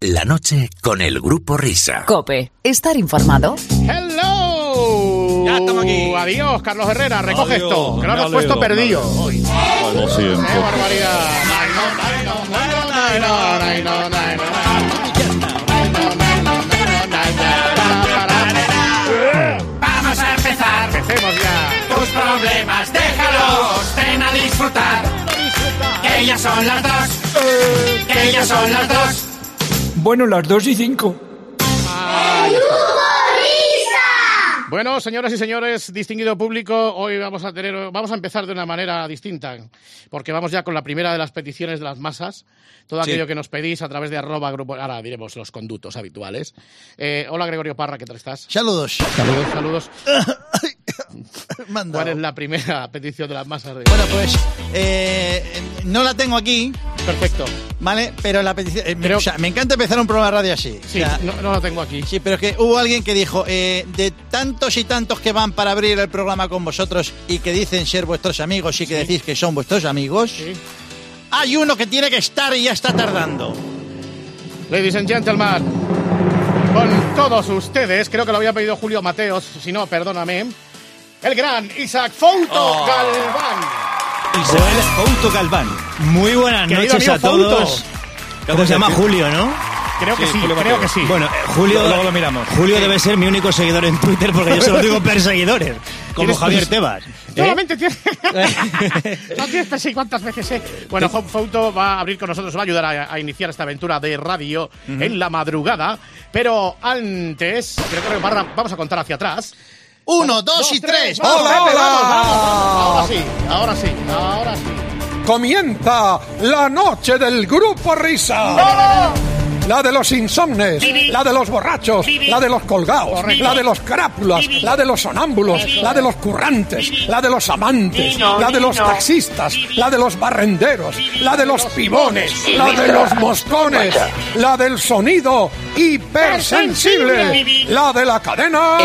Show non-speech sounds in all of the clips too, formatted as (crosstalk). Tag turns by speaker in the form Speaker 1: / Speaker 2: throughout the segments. Speaker 1: La noche con el grupo Risa.
Speaker 2: Cope, estar informado.
Speaker 3: ¡Hello!
Speaker 4: Ya estamos aquí.
Speaker 3: Adiós, Carlos Herrera, recoge
Speaker 4: Adiós.
Speaker 3: esto, que lo
Speaker 4: Me
Speaker 3: hemos
Speaker 4: alegro,
Speaker 3: puesto
Speaker 4: me
Speaker 3: perdido.
Speaker 4: alegro.
Speaker 3: Hoy. ¡Qué
Speaker 4: Lo siento.
Speaker 3: barbaridad!
Speaker 5: Vamos a empezar
Speaker 3: Empecemos ya.
Speaker 5: tus problemas, déjalos, ven a disfrutar. Que ya son las dos, que ya son las dos.
Speaker 6: Bueno, las 2 y 5.
Speaker 3: Bueno, señoras y señores, distinguido público, hoy vamos a tener, vamos a empezar de una manera distinta, porque vamos ya con la primera de las peticiones de las masas, todo aquello que nos pedís a través de arroba grupo, ahora diremos los conductos habituales. Eh, hola Gregorio Parra, ¿qué
Speaker 7: (laughs)
Speaker 3: tal estás?
Speaker 8: Saludos.
Speaker 3: Saludos, saludos.
Speaker 8: Manda.
Speaker 3: ¿Cuál es la primera (laughs) petición de las masas? De...
Speaker 8: Bueno, pues eh, no la tengo aquí,
Speaker 3: Perfecto.
Speaker 8: ¿vale? Pero la petición. eh,
Speaker 3: Creo-
Speaker 8: o sea, me encanta empezar un programa de radio así.
Speaker 3: Sí,
Speaker 8: O sea,
Speaker 3: no, no la tengo aquí.
Speaker 8: sí, pero es que hubo alguien que dijo: eh, de tantos y tantos que van para abrir el programa con vosotros y que dicen ser vuestros amigos y que decís que son vuestros amigos,
Speaker 3: Sí.
Speaker 8: hay uno que tiene que estar y ya está tardando.
Speaker 3: Ladies and gentlemen, con todos ustedes, creo que lo había pedido Julio Mateos, si no, perdóname, el gran Isaac Fouto
Speaker 7: Oh.
Speaker 3: Galván.
Speaker 7: Isabel Fouto Galván. Muy buenas
Speaker 3: Querido
Speaker 7: noches
Speaker 3: amigo
Speaker 7: a todos. ¿Cómo se llama Julio, ¿no?
Speaker 3: Creo que sí, creo que sí.
Speaker 7: Bueno, eh, Julio,
Speaker 6: Luego lo miramos.
Speaker 7: Julio debe ser mi único seguidor en Twitter porque yo solo digo perseguidores, como
Speaker 3: ¿Tienes
Speaker 7: Javier
Speaker 3: tus-
Speaker 7: Tebas. ¿Eh?
Speaker 3: Solamente tiene...
Speaker 7: (laughs)
Speaker 3: no tienes pensé cuántas veces, eh. Bueno, Juan Fouto va a abrir con nosotros, va a ayudar a, a iniciar esta aventura de radio en la madrugada. Pero antes, creo que Barra, vamos a contar hacia atrás.
Speaker 8: Uno, dos y tres.
Speaker 3: ¡Vamos,
Speaker 6: ¡Hola,
Speaker 3: Pepe,
Speaker 6: hola!
Speaker 3: vamos, vamos! Ahora sí, ahora sí, ahora sí.
Speaker 6: Comienza la noche del grupo Risa. La de los insomnes, la de los borrachos, la de los colgados,
Speaker 3: Correcto.
Speaker 6: la de los crápulas, la de los sonámbulos, la de los currantes, la de los amantes, la de los taxistas, la de los barrenderos, la de los pibones, la de los moscones, la del sonido hipersensible, la de la cadena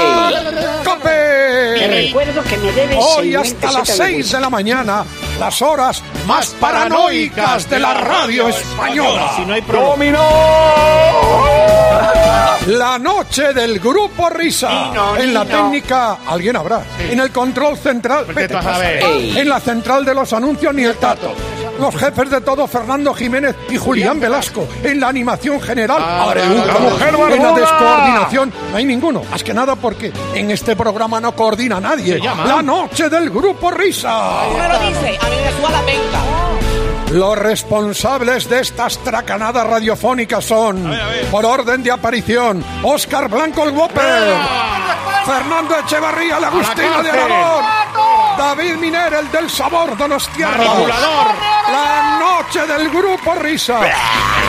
Speaker 6: COPE.
Speaker 9: Recuerdo que me debes
Speaker 6: Eh, Hoy
Speaker 9: 60
Speaker 6: hasta las 6
Speaker 9: euros.
Speaker 6: de la mañana, las horas más paranoicas de la radio española.
Speaker 7: Si no hay problema.
Speaker 6: La noche del grupo Risa. En la técnica, alguien habrá. En el control central,
Speaker 3: Vete tú a
Speaker 6: pasa.
Speaker 3: saber.
Speaker 6: en la central de los anuncios, ni el tato. Los jefes de todo, Fernando Jiménez y Julián Velasco. En la animación general,
Speaker 3: Ah,
Speaker 6: Areuca.
Speaker 3: la mujer
Speaker 6: En la descoordinación, no hay ninguno. Más que nada porque en este programa no coordina nadie.
Speaker 3: llama.
Speaker 6: La noche del grupo Risa. Los responsables de estas tracanadas radiofónicas son, por orden de aparición, Óscar Blanco el Whopper, Fernando Echevarría, el Agustino de
Speaker 3: cárcel!
Speaker 6: Aragón, David Miner, el del sabor donostiarra.
Speaker 3: Manipulador.
Speaker 6: La noche del grupo Risa.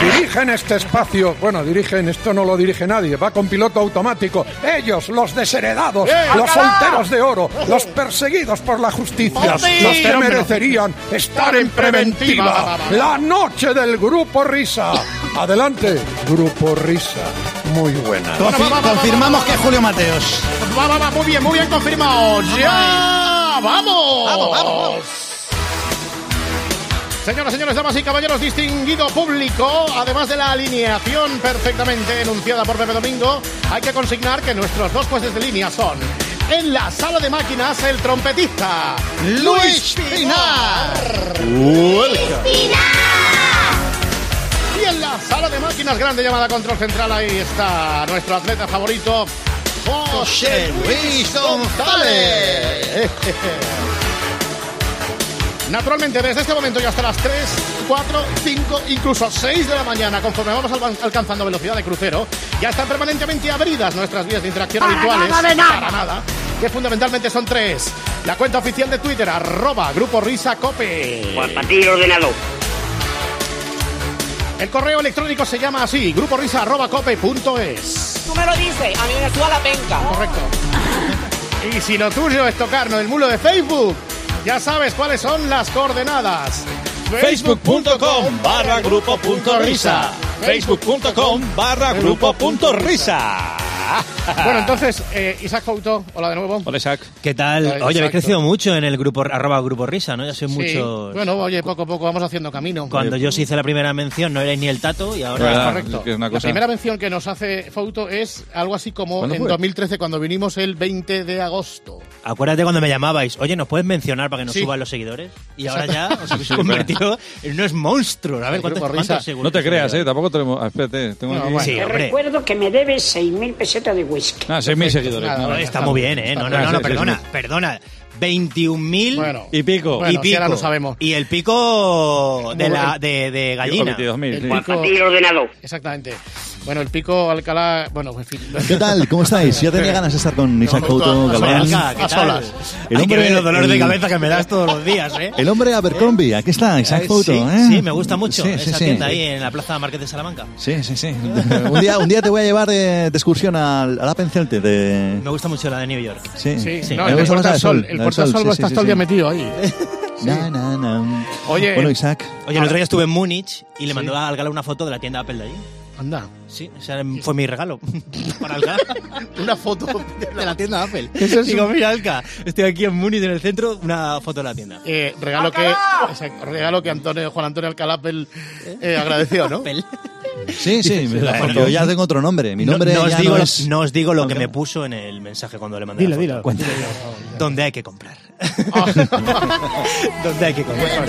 Speaker 6: Dirigen este espacio. Bueno, dirigen, esto no lo dirige nadie. Va con piloto automático. Ellos, los desheredados,
Speaker 3: ¡Eh,
Speaker 6: los solteros de oro, los perseguidos por la justicia,
Speaker 3: ¡Hombre!
Speaker 6: los que
Speaker 3: Pero, pero,
Speaker 6: merecerían estar en
Speaker 3: Va, va,
Speaker 6: preventiva.
Speaker 3: va, va.
Speaker 6: La noche del grupo Risa. Adelante, grupo Risa. Muy buena.
Speaker 8: Confi-
Speaker 3: Bueno, va, va, va,
Speaker 8: confirmamos que es Julio Mateos.
Speaker 3: Va, va, va, muy bien, muy bien confirmado. ¡Ya! ¡Vamos! ¡Vamos, vamos! Señoras, señores, damas y caballeros, distinguido público, además de la alineación perfectamente enunciada por Pepe Domingo, hay que consignar que nuestros dos jueces de línea son, en la sala de máquinas, el trompetista Luis Pinar. Y en la sala de máquinas, grande llamada control central, ahí está nuestro atleta favorito, José Luis González. Naturalmente, desde este momento y hasta las 3, 4, 5, incluso 6 de la mañana, conforme vamos alban- alcanzando velocidad de crucero, ya están permanentemente abridas nuestras vías de interacción habituales. Para nada. Que fundamentalmente son tres. La cuenta oficial de Twitter, arroba Grupo Risa Cope. El correo electrónico se llama así, gruporisa.cope.es.
Speaker 9: Tú me lo dices, a mí me suda la penca.
Speaker 3: Correcto. Y si lo tuyo es tocarnos el muro de Facebook, ya sabes cuáles son las coordenadas.
Speaker 7: Facebook.com barra grupo punto risa. Facebook.com barra grupo punto risa.
Speaker 3: (laughs) Bueno, entonces, eh, Isaac Fouto, hola de nuevo.
Speaker 4: Hola, Isaac.
Speaker 7: ¿Qué tal?
Speaker 3: Exacto.
Speaker 7: Oye, habéis crecido mucho en el grupo arroba grupo risa, ¿no? Ya soy
Speaker 3: Sí.
Speaker 7: mucho.
Speaker 3: Bueno, oye, poco a poco vamos haciendo camino.
Speaker 7: Cuando yo os hice la primera mención no erais ni el tato y ahora.
Speaker 4: Verdad,
Speaker 3: Correcto.
Speaker 4: es que es una
Speaker 3: La
Speaker 4: cosa-
Speaker 3: primera mención que nos hace Fouto es algo así como
Speaker 4: ¿Cuándo
Speaker 3: en
Speaker 4: fue?
Speaker 3: 2013 cuando vinimos el 20 de agosto.
Speaker 7: Acuérdate cuando me llamabais, oye, ¿nos puedes mencionar para que nos
Speaker 3: Sí.
Speaker 7: suban los seguidores? Y ahora ya os habéis convertido en unos monstruos. A ver,
Speaker 3: El
Speaker 7: ¿cuántos,
Speaker 3: grupo
Speaker 7: cuántos
Speaker 3: Risa.
Speaker 7: seguidores
Speaker 4: No te creas, eh,
Speaker 7: tenéis?
Speaker 4: tampoco tenemos. ah, espérate, tengo
Speaker 3: No,
Speaker 4: aquí.
Speaker 3: bueno.
Speaker 7: Sí,
Speaker 9: Te
Speaker 7: hombre.
Speaker 9: recuerdo que me debes 6.000 pesetas de whisky.
Speaker 4: Ah, 6.000 seguidores.
Speaker 3: Nada,
Speaker 4: no,
Speaker 7: No,
Speaker 3: vale.
Speaker 4: vale.
Speaker 7: está muy bien, ¿eh? No, no, no, no, perdona, perdona. 21.000
Speaker 3: Bueno.
Speaker 4: Y pico.
Speaker 3: Bueno,
Speaker 7: y
Speaker 3: si
Speaker 7: pico.
Speaker 3: ahora lo sabemos.
Speaker 7: Y el pico de,
Speaker 3: Muy
Speaker 7: la,
Speaker 3: bueno.
Speaker 7: de, de
Speaker 4: Pico,
Speaker 7: Eh, gallina.
Speaker 4: 22.000,
Speaker 3: El
Speaker 4: sí.
Speaker 3: pico-
Speaker 9: Y el ordenador.
Speaker 3: Exactamente. Bueno, el pico Alcalá. Bueno, en fin.
Speaker 8: ¿Qué tal? ¿Cómo estáis? Yo tenía ganas de estar con Isaac Couto,
Speaker 3: Hola,
Speaker 8: Galván.
Speaker 7: Venga, ¿qué
Speaker 3: A
Speaker 7: tal?
Speaker 3: solas.
Speaker 8: El
Speaker 7: Hay que
Speaker 8: hombre-
Speaker 7: ver los dolores de
Speaker 8: el-
Speaker 7: cabeza que me das todos los días, ¿eh?
Speaker 8: El hombre Abercrombie, aquí está, Isaac Couto.
Speaker 7: sí,
Speaker 8: ¿eh?
Speaker 7: sí, me gusta mucho
Speaker 8: Sí, sí,
Speaker 7: esa
Speaker 8: sí.
Speaker 7: tienda ahí en la Plaza Marqués de Salamanca.
Speaker 8: Sí, sí,
Speaker 7: (laughs)
Speaker 8: sí. (laughs) un, día, un día te voy a llevar de, de excursión al, al Appen Celtic de...
Speaker 7: Me gusta mucho la de New York.
Speaker 8: Sí,
Speaker 3: Sí,
Speaker 7: Sí.
Speaker 3: no,
Speaker 8: Me
Speaker 3: el
Speaker 8: gusta más la de
Speaker 3: portasol. El
Speaker 8: la de
Speaker 3: portasol
Speaker 8: sí,
Speaker 3: lo
Speaker 8: sí,
Speaker 3: estás
Speaker 8: sí,
Speaker 3: todo el día
Speaker 8: sí.
Speaker 3: metido ahí.
Speaker 8: Na, na, na.
Speaker 3: Oye,
Speaker 8: Bueno, Isaac.
Speaker 7: Oye, el otro día estuve en Múnich y le mandó a Alcalá una foto de la tienda Apple de allí.
Speaker 3: Anda.
Speaker 7: Sí, o sea, fue mi regalo para Alcalá
Speaker 3: (laughs) Una foto.
Speaker 7: de la tienda Apple.
Speaker 3: Eso es
Speaker 7: Digo,
Speaker 3: un-
Speaker 7: mira, Alca, estoy aquí en Múnich, en el centro, una foto de la tienda.
Speaker 3: Eh, regalo que exacto, regalo que Antonio, Juan Antonio Alcalá Pel, eh, agradeció, ¿no?
Speaker 7: Apple.
Speaker 8: Sí, sí, me la
Speaker 7: Bueno,
Speaker 8: foto. Yo ya tengo otro nombre. Mi
Speaker 7: No,
Speaker 8: nombre
Speaker 7: no os
Speaker 8: ya
Speaker 7: digo,
Speaker 8: no es...
Speaker 7: no os digo lo que me puso en el mensaje cuando le mandé la foto. (laughs)
Speaker 8: Cuenta.
Speaker 7: Donde hay
Speaker 8: (laughs)
Speaker 7: que comprar. Donde hay que comprar.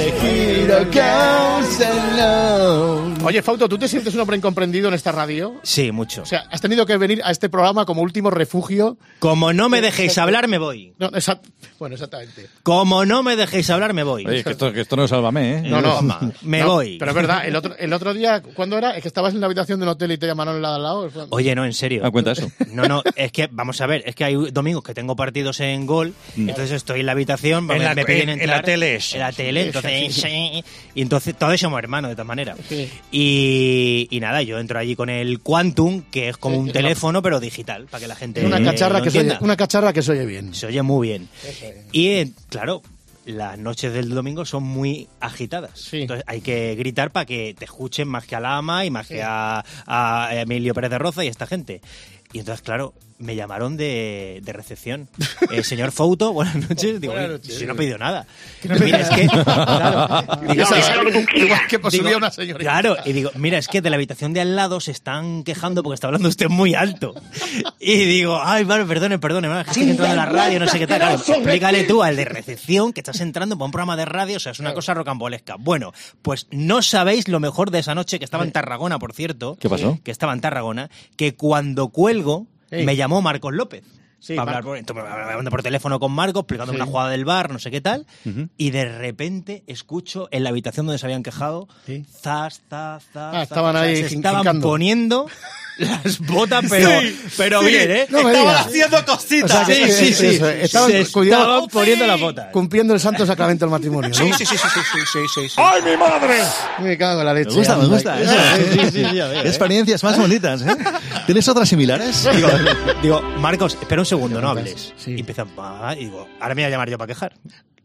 Speaker 3: Oye, Fauto, ¿tú te sientes un hombre incomprendido en esta radio?
Speaker 7: Sí, mucho.
Speaker 3: O sea, has tenido que venir a este programa como último refugio.
Speaker 7: Como no me dejéis hablar, me voy.
Speaker 3: No, esa- bueno, exactamente.
Speaker 7: Como no me dejéis hablar, me voy.
Speaker 4: Oye, que esto, que esto no es sálvame, ¿eh?
Speaker 7: (laughs)
Speaker 3: No, no.
Speaker 7: Toma, me
Speaker 3: No,
Speaker 7: voy.
Speaker 3: Pero es verdad, el otro, el otro día, ¿cuándo era? Es que estabas en la habitación de un hotel y te llamaron la de al lado. Fue-
Speaker 7: Oye, no, en serio.
Speaker 4: Ah, cuenta eso.
Speaker 7: (laughs) No, no, es que, vamos a ver, es que hay domingos que tengo partidos en gol,
Speaker 4: Mm.
Speaker 7: entonces estoy en la habitación, me,
Speaker 10: En la-
Speaker 7: me piden
Speaker 10: en- en
Speaker 7: entrar.
Speaker 10: la tele, sí.
Speaker 7: En la tele, entonces, sí. y entonces todos somos hermanos, de todas maneras.
Speaker 3: Sí.
Speaker 7: Y, y nada, yo entro allí con el Quantum, que es como
Speaker 3: Sí,
Speaker 7: un
Speaker 3: es la-
Speaker 7: teléfono, pero digital, para que la gente
Speaker 3: una,
Speaker 7: eh,
Speaker 3: cacharra
Speaker 7: lo
Speaker 3: que se oye,
Speaker 7: entienda.
Speaker 3: una cacharra que se oye bien.
Speaker 7: Se oye muy bien. Y eh, claro, las noches del domingo son muy agitadas.
Speaker 3: Sí.
Speaker 7: Entonces hay que gritar para que te escuchen más que a Lama y más que a, a Emilio Pérez de Roza y esta gente. Y entonces, claro, me llamaron de, de recepción. Eh, señor Fouto, buenas
Speaker 3: (laughs)
Speaker 7: noches. Digo, "Oye, si no he pedido nada. Mira, es que. claro,
Speaker 3: (laughs)
Speaker 7: digo,
Speaker 3: Igual-
Speaker 7: "Es-
Speaker 3: igual que pues,
Speaker 7: Digo,
Speaker 3: subía una señorita.
Speaker 7: Claro, y digo, mira, es que de la habitación de al lado se están quejando porque está hablando usted muy alto. Y digo, ay, vale, perdone, perdone, vale, es que estoy entrando en la radio, no sé qué tal. Claro, explícale tú al de recepción que estás entrando para un programa de radio, o sea, es una cosa rocambolesca. Bueno, pues no sabéis lo mejor de esa noche que estaba en Tarragona, por cierto.
Speaker 8: ¿Qué pasó?
Speaker 7: Que estaba en Tarragona, que cuando cuelgo
Speaker 3: Sí.
Speaker 7: me llamó Marcos López.
Speaker 3: Sí,
Speaker 7: para hablar
Speaker 3: Marco.
Speaker 7: por, entonces, hablando por teléfono con Marcos, explicándome una jugada del bar, no sé qué tal, y de repente escucho en la habitación donde se habían quejado,
Speaker 3: Sí.
Speaker 7: zas, zas, zas,
Speaker 3: Ah,
Speaker 7: zas,
Speaker 3: estaban
Speaker 7: zas,
Speaker 3: ahí
Speaker 7: se
Speaker 3: jin-
Speaker 7: estaban
Speaker 3: jincando.
Speaker 7: poniendo (laughs) las botas, (laughs) pero, pero bien, ¿eh?
Speaker 3: No me digas.
Speaker 7: haciendo
Speaker 3: O
Speaker 7: cositas.
Speaker 3: sea, que-
Speaker 7: sí, sí,
Speaker 3: eso,
Speaker 7: sí.
Speaker 3: eso, estaban
Speaker 7: se
Speaker 3: cu- cuidado.
Speaker 7: estaban poniendo las botas.
Speaker 3: Cumpliendo el santo sacramento del matrimonio, ¿no?
Speaker 10: Sí, sí, sí, sí, sí, sí, sí, sí, sí.
Speaker 6: ¡Ay, mi madre!
Speaker 3: Me cago en la leche.
Speaker 8: Me gusta, me
Speaker 3: anda.
Speaker 8: gusta. eso, sí, (laughs) sí, sí. Experiencias más bonitas, ¿eh? ¿Tienes otras similares?
Speaker 7: (laughs) Digo, digo, Marcos, espera un segundo, no hables.
Speaker 3: Sí.
Speaker 7: Y empiezan, "Ah", y digo, ahora me voy a llamar yo para quejar.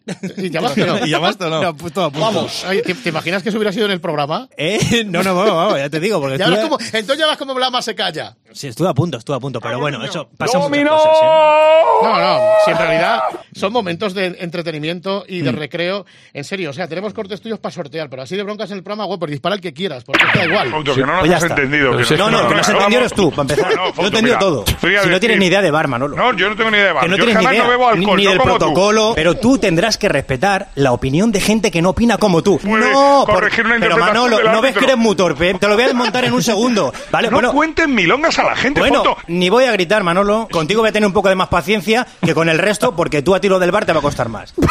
Speaker 3: (laughs) ¿Y llamaste o no?
Speaker 4: ¿Y llamaste o no?
Speaker 3: No, pues todo a punto. Oye, ¿te, te imaginas que eso hubiera sido en el programa?
Speaker 7: Eh, (laughs) No, no, vamos, vamos, Pues ya te digo, porque
Speaker 3: Ya verás
Speaker 7: estuve-
Speaker 3: cómo- entonces ya vas como Blama se calla.
Speaker 7: Sí, estuve a punto, estuve a punto, pero
Speaker 11: Ah,
Speaker 7: bueno, eh, eso pasa
Speaker 10: ¡Dominó!
Speaker 7: muchas cosas, ¿eh?
Speaker 3: No, no, si en realidad son momentos de entretenimiento y
Speaker 7: Mm.
Speaker 3: de recreo. En serio, o sea, tenemos cortes tuyos para sortear, pero así de broncas en el programa, güey, pues dispara el que quieras, porque está igual.
Speaker 11: Fauto, que no nos
Speaker 7: Pues ya
Speaker 11: has
Speaker 7: está.
Speaker 11: entendido. que
Speaker 7: Pero si- no, no, el que nos entendió eres tú, para empezar.
Speaker 11: Bueno,
Speaker 7: Yo
Speaker 11: Fauto,
Speaker 7: entendido
Speaker 11: mira,
Speaker 7: todo.
Speaker 11: te voy a
Speaker 7: Si no tienes
Speaker 11: decir-
Speaker 7: ni idea de bar, Manolo.
Speaker 11: No, yo no tengo ni idea de bar.
Speaker 7: que no
Speaker 11: yo es
Speaker 7: tienes ni
Speaker 11: que
Speaker 7: idea
Speaker 11: además no bebo alcohol,
Speaker 7: ni
Speaker 11: no
Speaker 7: del
Speaker 11: como tú.
Speaker 7: protocolo, pero tú tendrás que respetar la opinión de gente que no opina como tú.
Speaker 11: Puedes
Speaker 7: no, por-
Speaker 11: corregir una
Speaker 7: pero
Speaker 11: interpretación
Speaker 7: Manolo,
Speaker 11: del
Speaker 7: no ves que
Speaker 11: árbitro.
Speaker 7: eres muy torpe, te lo voy a desmontar en un segundo, ¿vale?
Speaker 11: No
Speaker 7: bueno,
Speaker 11: cuenten milongas a la gente,
Speaker 7: bueno,
Speaker 11: Fauto.
Speaker 7: ni voy a gritar, Manolo. Contigo voy a tener un poco de más paciencia que con el resto, porque tú a ti lo del bar te va a costar más. sí,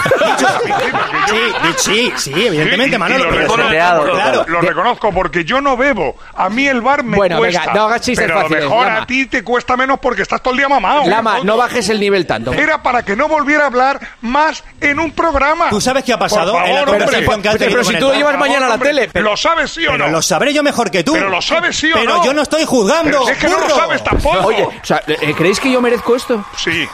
Speaker 7: di- sí, sí, evidentemente,
Speaker 11: Sí, y- y
Speaker 7: Manolo.
Speaker 11: lo,
Speaker 7: pero-
Speaker 11: reconozco, lo-
Speaker 7: claro,
Speaker 11: lo reconozco porque yo no bebo. A mí el bar me
Speaker 10: Bueno,
Speaker 11: cuesta.
Speaker 10: venga, no hagas chistes
Speaker 11: pero a lo
Speaker 10: fáciles,
Speaker 11: mejor
Speaker 10: Lama.
Speaker 11: a ti te cuesta menos porque estás todo el día mamado.
Speaker 10: Lama,
Speaker 11: Fauto.
Speaker 10: no bajes el nivel tanto.
Speaker 11: Era para que no volviera a hablar más en un programa.
Speaker 7: ¿Tú sabes qué ha pasado
Speaker 11: Por
Speaker 7: en la
Speaker 11: favor,
Speaker 7: conversación
Speaker 11: hombre.
Speaker 7: que has tenido
Speaker 10: Pero
Speaker 7: con
Speaker 10: si
Speaker 7: el
Speaker 10: tú lo
Speaker 7: bar?
Speaker 10: llevas
Speaker 11: Por favor,
Speaker 10: mañana a la
Speaker 11: hombre.
Speaker 10: tele.
Speaker 11: ¿Lo sabes sí o
Speaker 7: Pero
Speaker 11: no?
Speaker 7: lo sabré yo mejor que tú.
Speaker 11: Pero lo sabes sí o
Speaker 7: Pero
Speaker 11: no.
Speaker 7: yo no estoy juzgando.
Speaker 11: Pero si es que no lo
Speaker 7: burro.
Speaker 11: sabes tampoco.
Speaker 10: Oye, o sea, ¿eh, ¿creéis que yo merezco esto?
Speaker 11: Sí.
Speaker 10: (laughs)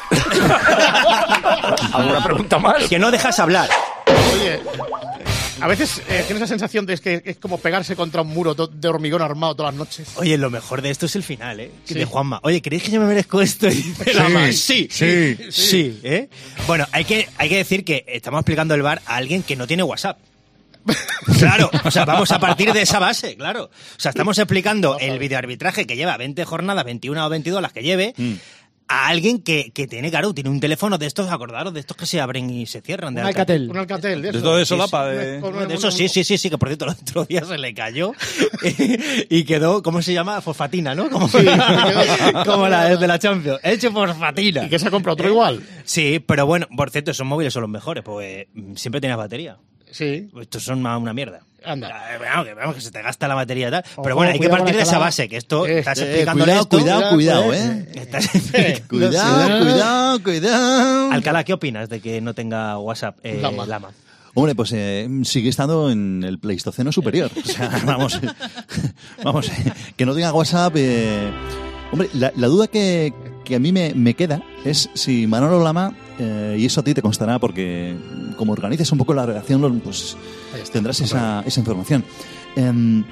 Speaker 10: ¿Alguna pregunta más?
Speaker 7: Que no dejas hablar.
Speaker 3: Oye, A veces eh, tienes la sensación de es que es como pegarse contra un muro to- de hormigón armado todas las noches.
Speaker 7: Oye, lo mejor de esto es el final, ¿eh? Que
Speaker 3: Sí.
Speaker 7: De Juanma. Oye, ¿creéis que yo me merezco esto? (laughs) Y dice la
Speaker 3: Sí,
Speaker 7: madre, sí,
Speaker 3: sí,
Speaker 7: sí, sí, ¿eh? Bueno, hay que, hay que decir que estamos explicando el bar a alguien que no tiene
Speaker 3: (laughs)
Speaker 7: WhatsApp. Claro, o sea, vamos a partir de esa base, claro. O sea, estamos explicando el videoarbitraje que lleva 20 jornadas, 21 o 22 las que lleve,
Speaker 3: Mm.
Speaker 7: a alguien que, que tiene, claro, tiene un teléfono de estos, acordaros, de estos que se abren y se cierran. De alta-
Speaker 3: Un alcatel. De
Speaker 7: De
Speaker 3: eso.
Speaker 7: todo de solapa,
Speaker 3: Sí, sí.
Speaker 7: de-
Speaker 3: Con
Speaker 7: Bueno,
Speaker 3: una-
Speaker 7: de eso sí, sí, sí, sí, que por cierto el otro día se le cayó (laughs) y quedó, ¿cómo se llama? Fosfatina, ¿no? Como, (laughs) como la de la Champions. Hecho fosfatina. Y que
Speaker 3: se compra otro igual.
Speaker 7: Sí, pero bueno, por cierto, esos móviles son los mejores, pues mm, siempre tienes batería.
Speaker 3: Sí.
Speaker 7: Estos son más una mierda.
Speaker 3: Anda.
Speaker 7: Eh, Vamos, que, vamos, que se te gasta la batería y tal.
Speaker 3: Ojo,
Speaker 7: Pero bueno, hay que
Speaker 3: cuidado
Speaker 7: partir
Speaker 3: con
Speaker 7: de
Speaker 3: la
Speaker 7: esa
Speaker 3: calada.
Speaker 7: base, que esto
Speaker 3: Eh,
Speaker 7: estás
Speaker 3: eh,
Speaker 7: explicándole
Speaker 8: Este, cuidado,
Speaker 7: esto. pues,
Speaker 8: cuidado, cuidado, eh.
Speaker 7: (laughs) Estás explicándole- (laughs)
Speaker 8: Cuidado, cuidado, cuidado.
Speaker 7: Alcalá, ¿qué opinas de que no tenga WhatsApp eh,
Speaker 8: Lama.
Speaker 7: Lama?
Speaker 8: Hombre, pues eh, sigue estando en el Pleistoceno superior. O sea, (laughs) vamos, eh, vamos, eh, que no tenga WhatsApp. eh, Hombre, la, la duda que, que a mí me, me queda es si Manolo Lama, eh, y eso a ti te constará porque como organizas un poco la relación, lo- pues tendrás esa, esa información. Em,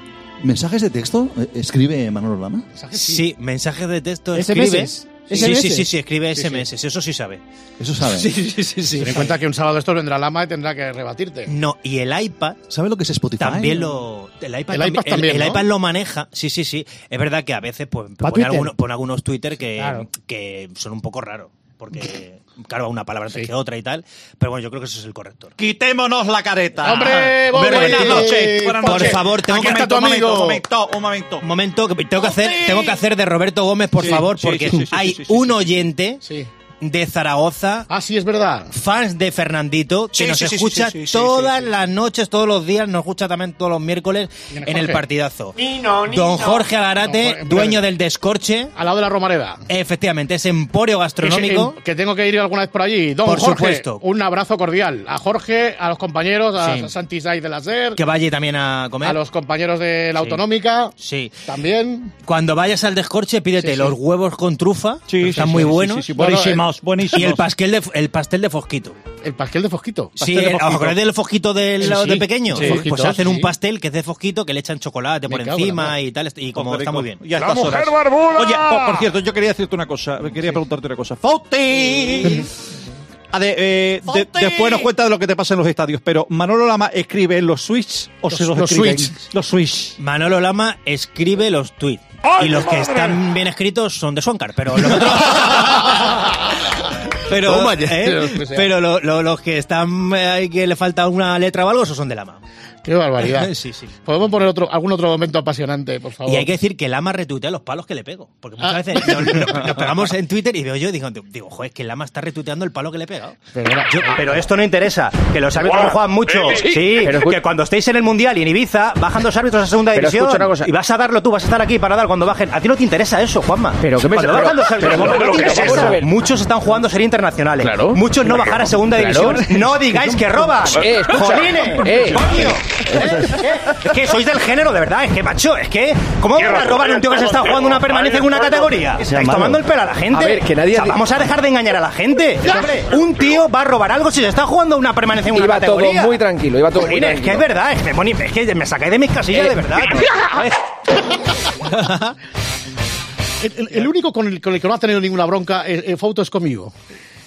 Speaker 8: ¿Mensajes de texto eh, escribe Manolo Lama?
Speaker 7: Sí, mensajes de texto escribe.
Speaker 8: ¿SMS?
Speaker 7: Sí, sí, sí,
Speaker 8: ¿SMS?
Speaker 7: sí, sí, escribe SMS, eso sí sabe.
Speaker 8: Eso sabe.
Speaker 7: Sí, sí, sí, sí.
Speaker 3: Ten en cuenta que un sábado esto vendrá Lama y tendrá que rebatirte.
Speaker 7: No, y el iPad
Speaker 8: ¿Sabe lo que es Spotify?
Speaker 7: también lo el iPad,
Speaker 3: El
Speaker 7: tambi-
Speaker 3: iPad también,
Speaker 7: el- el
Speaker 3: ¿no?
Speaker 7: iPad lo maneja. Sí, sí, sí. Es verdad que a veces pues pone,
Speaker 12: Twitter.
Speaker 7: alguno- pone algunos Twitter que,
Speaker 12: Claro.
Speaker 7: que son un poco raros (laughs) porque claro, va una palabra antes
Speaker 12: Sí.
Speaker 7: que otra y tal, pero bueno, yo creo que eso es el correcto.
Speaker 5: Quitémonos la careta.
Speaker 7: Ah. Hombre, Bobby.
Speaker 5: buenas noches. Buenas
Speaker 7: Por
Speaker 5: noches.
Speaker 7: favor, tengo
Speaker 5: Aquí
Speaker 7: que-
Speaker 5: está tu
Speaker 7: un momento,
Speaker 5: amigo.
Speaker 7: un
Speaker 5: Un
Speaker 7: momento,
Speaker 5: momento, un momento.
Speaker 7: Un momento, Oh, que tengo que hacer, tengo que hacer de Roberto Gómez, por
Speaker 5: Sí,
Speaker 7: favor,
Speaker 5: sí,
Speaker 7: porque
Speaker 5: sí, sí, sí,
Speaker 7: hay
Speaker 5: sí, sí,
Speaker 7: un oyente
Speaker 3: Sí.
Speaker 7: de Zaragoza.
Speaker 3: Ah, sí, es verdad.
Speaker 7: Fans de Fernandito, que
Speaker 5: Sí,
Speaker 7: nos
Speaker 5: sí, sí,
Speaker 7: escucha
Speaker 5: sí, sí, sí,
Speaker 7: todas las noches, todos los días, nos escucha también todos los miércoles
Speaker 5: ¿Quién es
Speaker 7: en el
Speaker 5: Jorge?
Speaker 7: partidazo.
Speaker 6: (laughs)
Speaker 5: Nino, Nino.
Speaker 7: Don Jorge Alarate,
Speaker 5: Don Jorge,
Speaker 7: dueño del descorche.
Speaker 3: Al lado de la Romareda.
Speaker 7: Efectivamente, es emporio gastronómico.
Speaker 3: Que, que tengo que ir alguna vez por allí. Don
Speaker 7: Por
Speaker 3: Jorge,
Speaker 7: supuesto.
Speaker 3: un abrazo cordial. A Jorge, a los compañeros, a
Speaker 7: Sí.
Speaker 3: Santi Saiz de la SER,
Speaker 7: Que vaya también a comer.
Speaker 3: a los compañeros de la
Speaker 7: Sí.
Speaker 3: Autonómica.
Speaker 7: Sí.
Speaker 3: También.
Speaker 7: Cuando vayas al descorche, pídete
Speaker 3: Sí, sí.
Speaker 7: los huevos con trufa, que están
Speaker 3: sí,
Speaker 7: muy
Speaker 3: sí,
Speaker 7: buenos. eh,
Speaker 3: sí, sí, buenísimos, buenísimos.
Speaker 7: Y el pastel de, el pastel de fosquito.
Speaker 3: El pastel de Fosquito.
Speaker 7: Sí,
Speaker 3: Pastel de
Speaker 7: el- ¿os
Speaker 3: Fosquito.
Speaker 7: acordáis del fosquito de,
Speaker 3: Sí,
Speaker 7: lo
Speaker 3: sí.
Speaker 7: de pequeño?
Speaker 3: Sí.
Speaker 7: Pues- pues
Speaker 3: Fosquito,
Speaker 7: hacen
Speaker 3: sí.
Speaker 7: un pastel que es de fosquito, que le echan chocolate por
Speaker 4: Me cago en la
Speaker 7: encima
Speaker 4: mar.
Speaker 7: y tal, y como
Speaker 4: Ojo,
Speaker 7: está
Speaker 4: rico.
Speaker 7: muy bien.
Speaker 4: Ya está Oye, oh, por, por cierto, yo quería decirte una cosa. Quería preguntarte una cosa.
Speaker 7: (laughs)
Speaker 4: ¡Fauti! Ah, de- eh, de- después nos cuenta de lo que te pasa en los estadios, pero Manolo Lama escribe los switch o se los,
Speaker 7: los
Speaker 4: escriben?
Speaker 7: switch.
Speaker 4: Los switch.
Speaker 7: Manolo Lama escribe los tweets.
Speaker 4: ¡Ay,
Speaker 7: Y los que
Speaker 4: madre!
Speaker 7: están bien escritos son de Suancar, pero los
Speaker 3: (laughs)
Speaker 7: otros- pero,
Speaker 5: Toma ya.
Speaker 7: ¿eh? pero lo- lo- los que están eh, ahí que le falta una letra o algo, esos son de Lama.
Speaker 3: Qué barbaridad.
Speaker 7: (laughs) sí, sí.
Speaker 3: Podemos poner otro, algún otro momento apasionante, por favor. Ah.
Speaker 7: Y hay que decir que Lama retuitea los palos que le pego. Porque muchas veces nos, nos- nos pegamos en Twitter y veo yo y digo, digo, joder, es que Lama está retuiteando el palo que le he pegado. Yo- pero esto no interesa, que los árbitros no juegan mucho. Sí, que cuando estéis en el Mundial y en Ibiza, bajan dos árbitros a segunda
Speaker 10: Pero
Speaker 7: división
Speaker 10: escucha una cosa.
Speaker 7: y vas a darlo tú, vas a estar aquí para dar cuando bajen. A ti no te interesa eso, Juanma.
Speaker 10: Pero qué me-
Speaker 7: Cuando bajan
Speaker 10: pero-
Speaker 7: dos árbitros,
Speaker 10: pero-
Speaker 7: no
Speaker 10: pero
Speaker 7: te
Speaker 10: ¿qué es
Speaker 7: interesa.
Speaker 10: eso? A ver.
Speaker 7: Muchos están jugando ser internacionales. Muchos no bajar a segunda
Speaker 10: Claro.
Speaker 7: división. No digáis que roban.
Speaker 10: Eh, escucha.
Speaker 7: ¡Jolines!
Speaker 10: Eh.
Speaker 7: ¡Coño! Es que sois del género, de verdad. Es que, macho, es que... ¿Cómo van a robar a un tío que se está jugando una permanencia en una categoría? ¿Estáis tomando el pelo a la gente?
Speaker 10: A ver, que nadie-
Speaker 7: O sea, vamos a dejar de engañar a la gente. Un tío va a robar algo si se está jugando una permanencia en una
Speaker 10: Iba todo
Speaker 7: categoría.
Speaker 10: muy tranquilo, iba todo muy
Speaker 7: Jolines,
Speaker 10: tranquilo.
Speaker 7: Es que es verdad, es que, Moni, es que me sacáis de mis casillas,
Speaker 10: Eh.
Speaker 7: de verdad.
Speaker 3: El, el- el único con el, con el que no ha tenido ninguna bronca, eh, eh, Fauto, es conmigo.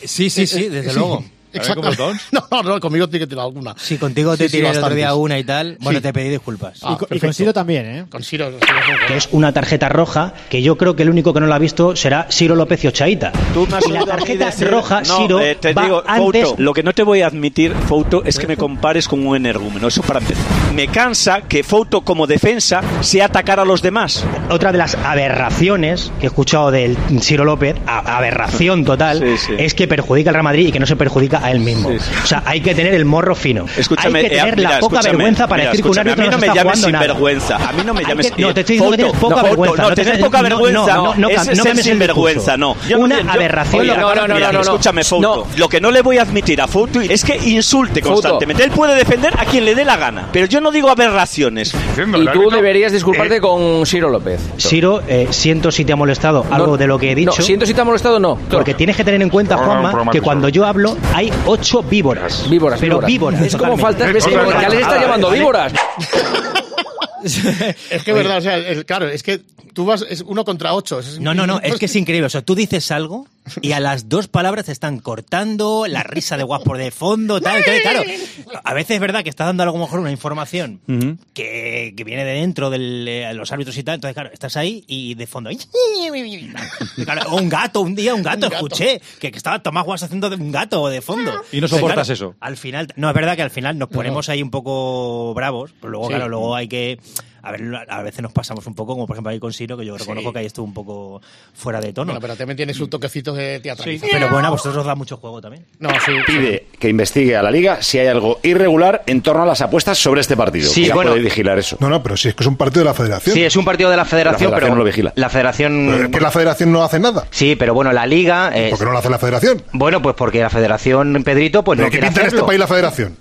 Speaker 3: Eh,
Speaker 7: Sí, sí, sí, desde
Speaker 3: (laughs)
Speaker 7: luego. A ver,
Speaker 3: Exacto.
Speaker 7: ¿cómo son?
Speaker 3: (laughs) No, no, no, conmigo tiene que tener alguna.
Speaker 7: Sí, contigo
Speaker 3: Sí, sí, bastantes.
Speaker 7: una y tal.
Speaker 3: Bueno, te
Speaker 7: pedí disculpas.
Speaker 3: Ah,
Speaker 12: y
Speaker 3: perfecto.
Speaker 12: con Ciro también, ¿eh?
Speaker 3: Con Siro, Siro es muy bueno.
Speaker 7: Es una tarjeta roja que yo creo que el único que no la ha visto será Ciro López y Ochaíta.
Speaker 13: Tú me has
Speaker 7: Y la
Speaker 13: oído a mí
Speaker 7: tarjeta
Speaker 13: decir-
Speaker 7: roja,
Speaker 13: No,
Speaker 7: Ciro,
Speaker 13: eh, te
Speaker 7: va
Speaker 13: digo,
Speaker 7: antes-
Speaker 13: Fouto, lo que no te voy a admitir, Fouto, es
Speaker 7: (laughs)
Speaker 13: que me compares con un energúmeno. Eso para empezar. Me cansa que Fouto, como defensa, sea atacar a los demás.
Speaker 7: Otra de las aberraciones que he escuchado del Ciro López, a- aberración total,
Speaker 13: Sí, sí.
Speaker 7: es que perjudica al Real Madrid y que no se perjudica a él mismo. O sea, hay que tener el morro fino.
Speaker 13: Escúchame,
Speaker 7: hay que
Speaker 13: eh,
Speaker 7: tener
Speaker 13: mira,
Speaker 7: la poca
Speaker 13: escúchame,
Speaker 7: vergüenza para
Speaker 13: mira,
Speaker 7: decir que un
Speaker 13: escúchame, a
Speaker 7: árbitro
Speaker 13: mí no
Speaker 7: se
Speaker 13: me
Speaker 7: está
Speaker 13: llames
Speaker 7: jugando nada.
Speaker 13: sinvergüenza. A mí no me
Speaker 7: Hay
Speaker 13: llames
Speaker 7: que- no, te estoy diciendo
Speaker 13: Fouto,
Speaker 7: que tienes poca
Speaker 13: no, Fouto,
Speaker 7: vergüenza.
Speaker 13: No,
Speaker 7: no te-
Speaker 13: tenés
Speaker 7: no-
Speaker 13: poca
Speaker 7: no-
Speaker 13: vergüenza.
Speaker 7: no, no, no,
Speaker 13: Ese
Speaker 7: no
Speaker 13: es
Speaker 7: cambies el
Speaker 13: sinvergüenza,
Speaker 7: discurso.
Speaker 13: no.
Speaker 7: Una
Speaker 13: yo-
Speaker 7: aberración.
Speaker 13: Oye,
Speaker 7: No, no, no,
Speaker 13: mira,
Speaker 7: no, no.
Speaker 13: Escúchame, Fouto. Lo que no le voy a admitir a Fouto es que insulte
Speaker 10: Fouto.
Speaker 13: constantemente. Él puede defender a quien le dé la gana, pero yo no digo aberraciones.
Speaker 10: Y tú deberías
Speaker 7: Eh,
Speaker 10: disculparte con Ciro López.
Speaker 7: Ciro, eh, siento si te ha molestado algo
Speaker 10: No,
Speaker 7: de lo que he
Speaker 10: no,
Speaker 7: dicho.
Speaker 10: siento si te ha molestado, no.
Speaker 7: Porque tienes que tener en cuenta,
Speaker 10: No, no,
Speaker 7: Juanma,
Speaker 10: broma,
Speaker 7: que
Speaker 10: que
Speaker 7: cuando yo hablo hay
Speaker 13: hay ocho víboras.
Speaker 10: Víboras,
Speaker 13: pero víboras.
Speaker 10: víboras. Es como falta-
Speaker 13: de
Speaker 10: ves, ya les está llamando víboras.
Speaker 3: Es que es verdad, o sea, es- claro, es que tú vas es uno contra ocho. es-
Speaker 7: No, no, no, es que es increíble. O sea, tú dices algo y a las dos palabras te están cortando, la risa de guas por de fondo, tal. Entonces, claro, a veces es verdad que estás dando a lo mejor una información que, que viene de dentro de los árbitros y tal. Entonces, claro, estás ahí y de fondo. ¡ay! Claro, o un gato, un día un gato, escuché que, que estaba Tomás Guas haciendo de un gato de fondo.
Speaker 4: Y no
Speaker 7: O sea,
Speaker 4: soportas
Speaker 7: claro,
Speaker 4: eso.
Speaker 7: Al final, no, es verdad que al final nos ponemos ahí un poco bravos, pero luego,
Speaker 4: Sí.
Speaker 7: claro, luego hay que. A ver, a veces nos pasamos un poco, como por ejemplo ahí con Siro, que yo reconozco
Speaker 3: Sí.
Speaker 7: que ahí estuvo un poco fuera de tono. Mm.
Speaker 3: Bueno, pero también tiene su toquecito de teatralización.
Speaker 7: Pero bueno, a vosotros os da mucho juego también.
Speaker 3: No, sí.
Speaker 12: Pide que investigue a la liga si hay algo irregular en torno a las apuestas sobre este partido.
Speaker 14: Sí,
Speaker 12: ya
Speaker 14: bueno.
Speaker 12: puede vigilar eso.
Speaker 14: No, no, pero si es que es un partido de la federación.
Speaker 12: Sí,
Speaker 14: Sí,
Speaker 12: es
Speaker 14: es
Speaker 12: un partido de la
Speaker 14: federación,
Speaker 12: La federación
Speaker 14: pero-
Speaker 12: no lo vigila.
Speaker 14: La
Speaker 15: federación.
Speaker 14: que la federación no hace nada.
Speaker 15: Sí, pero bueno, la liga. ¿Por qué no
Speaker 14: lo hace la federación?
Speaker 15: Bueno, pues porque la federación, Pedrito, pues no
Speaker 14: ¿Pero qué
Speaker 15: quiere
Speaker 14: pinta en este
Speaker 15: hacerlo.
Speaker 14: país la federación?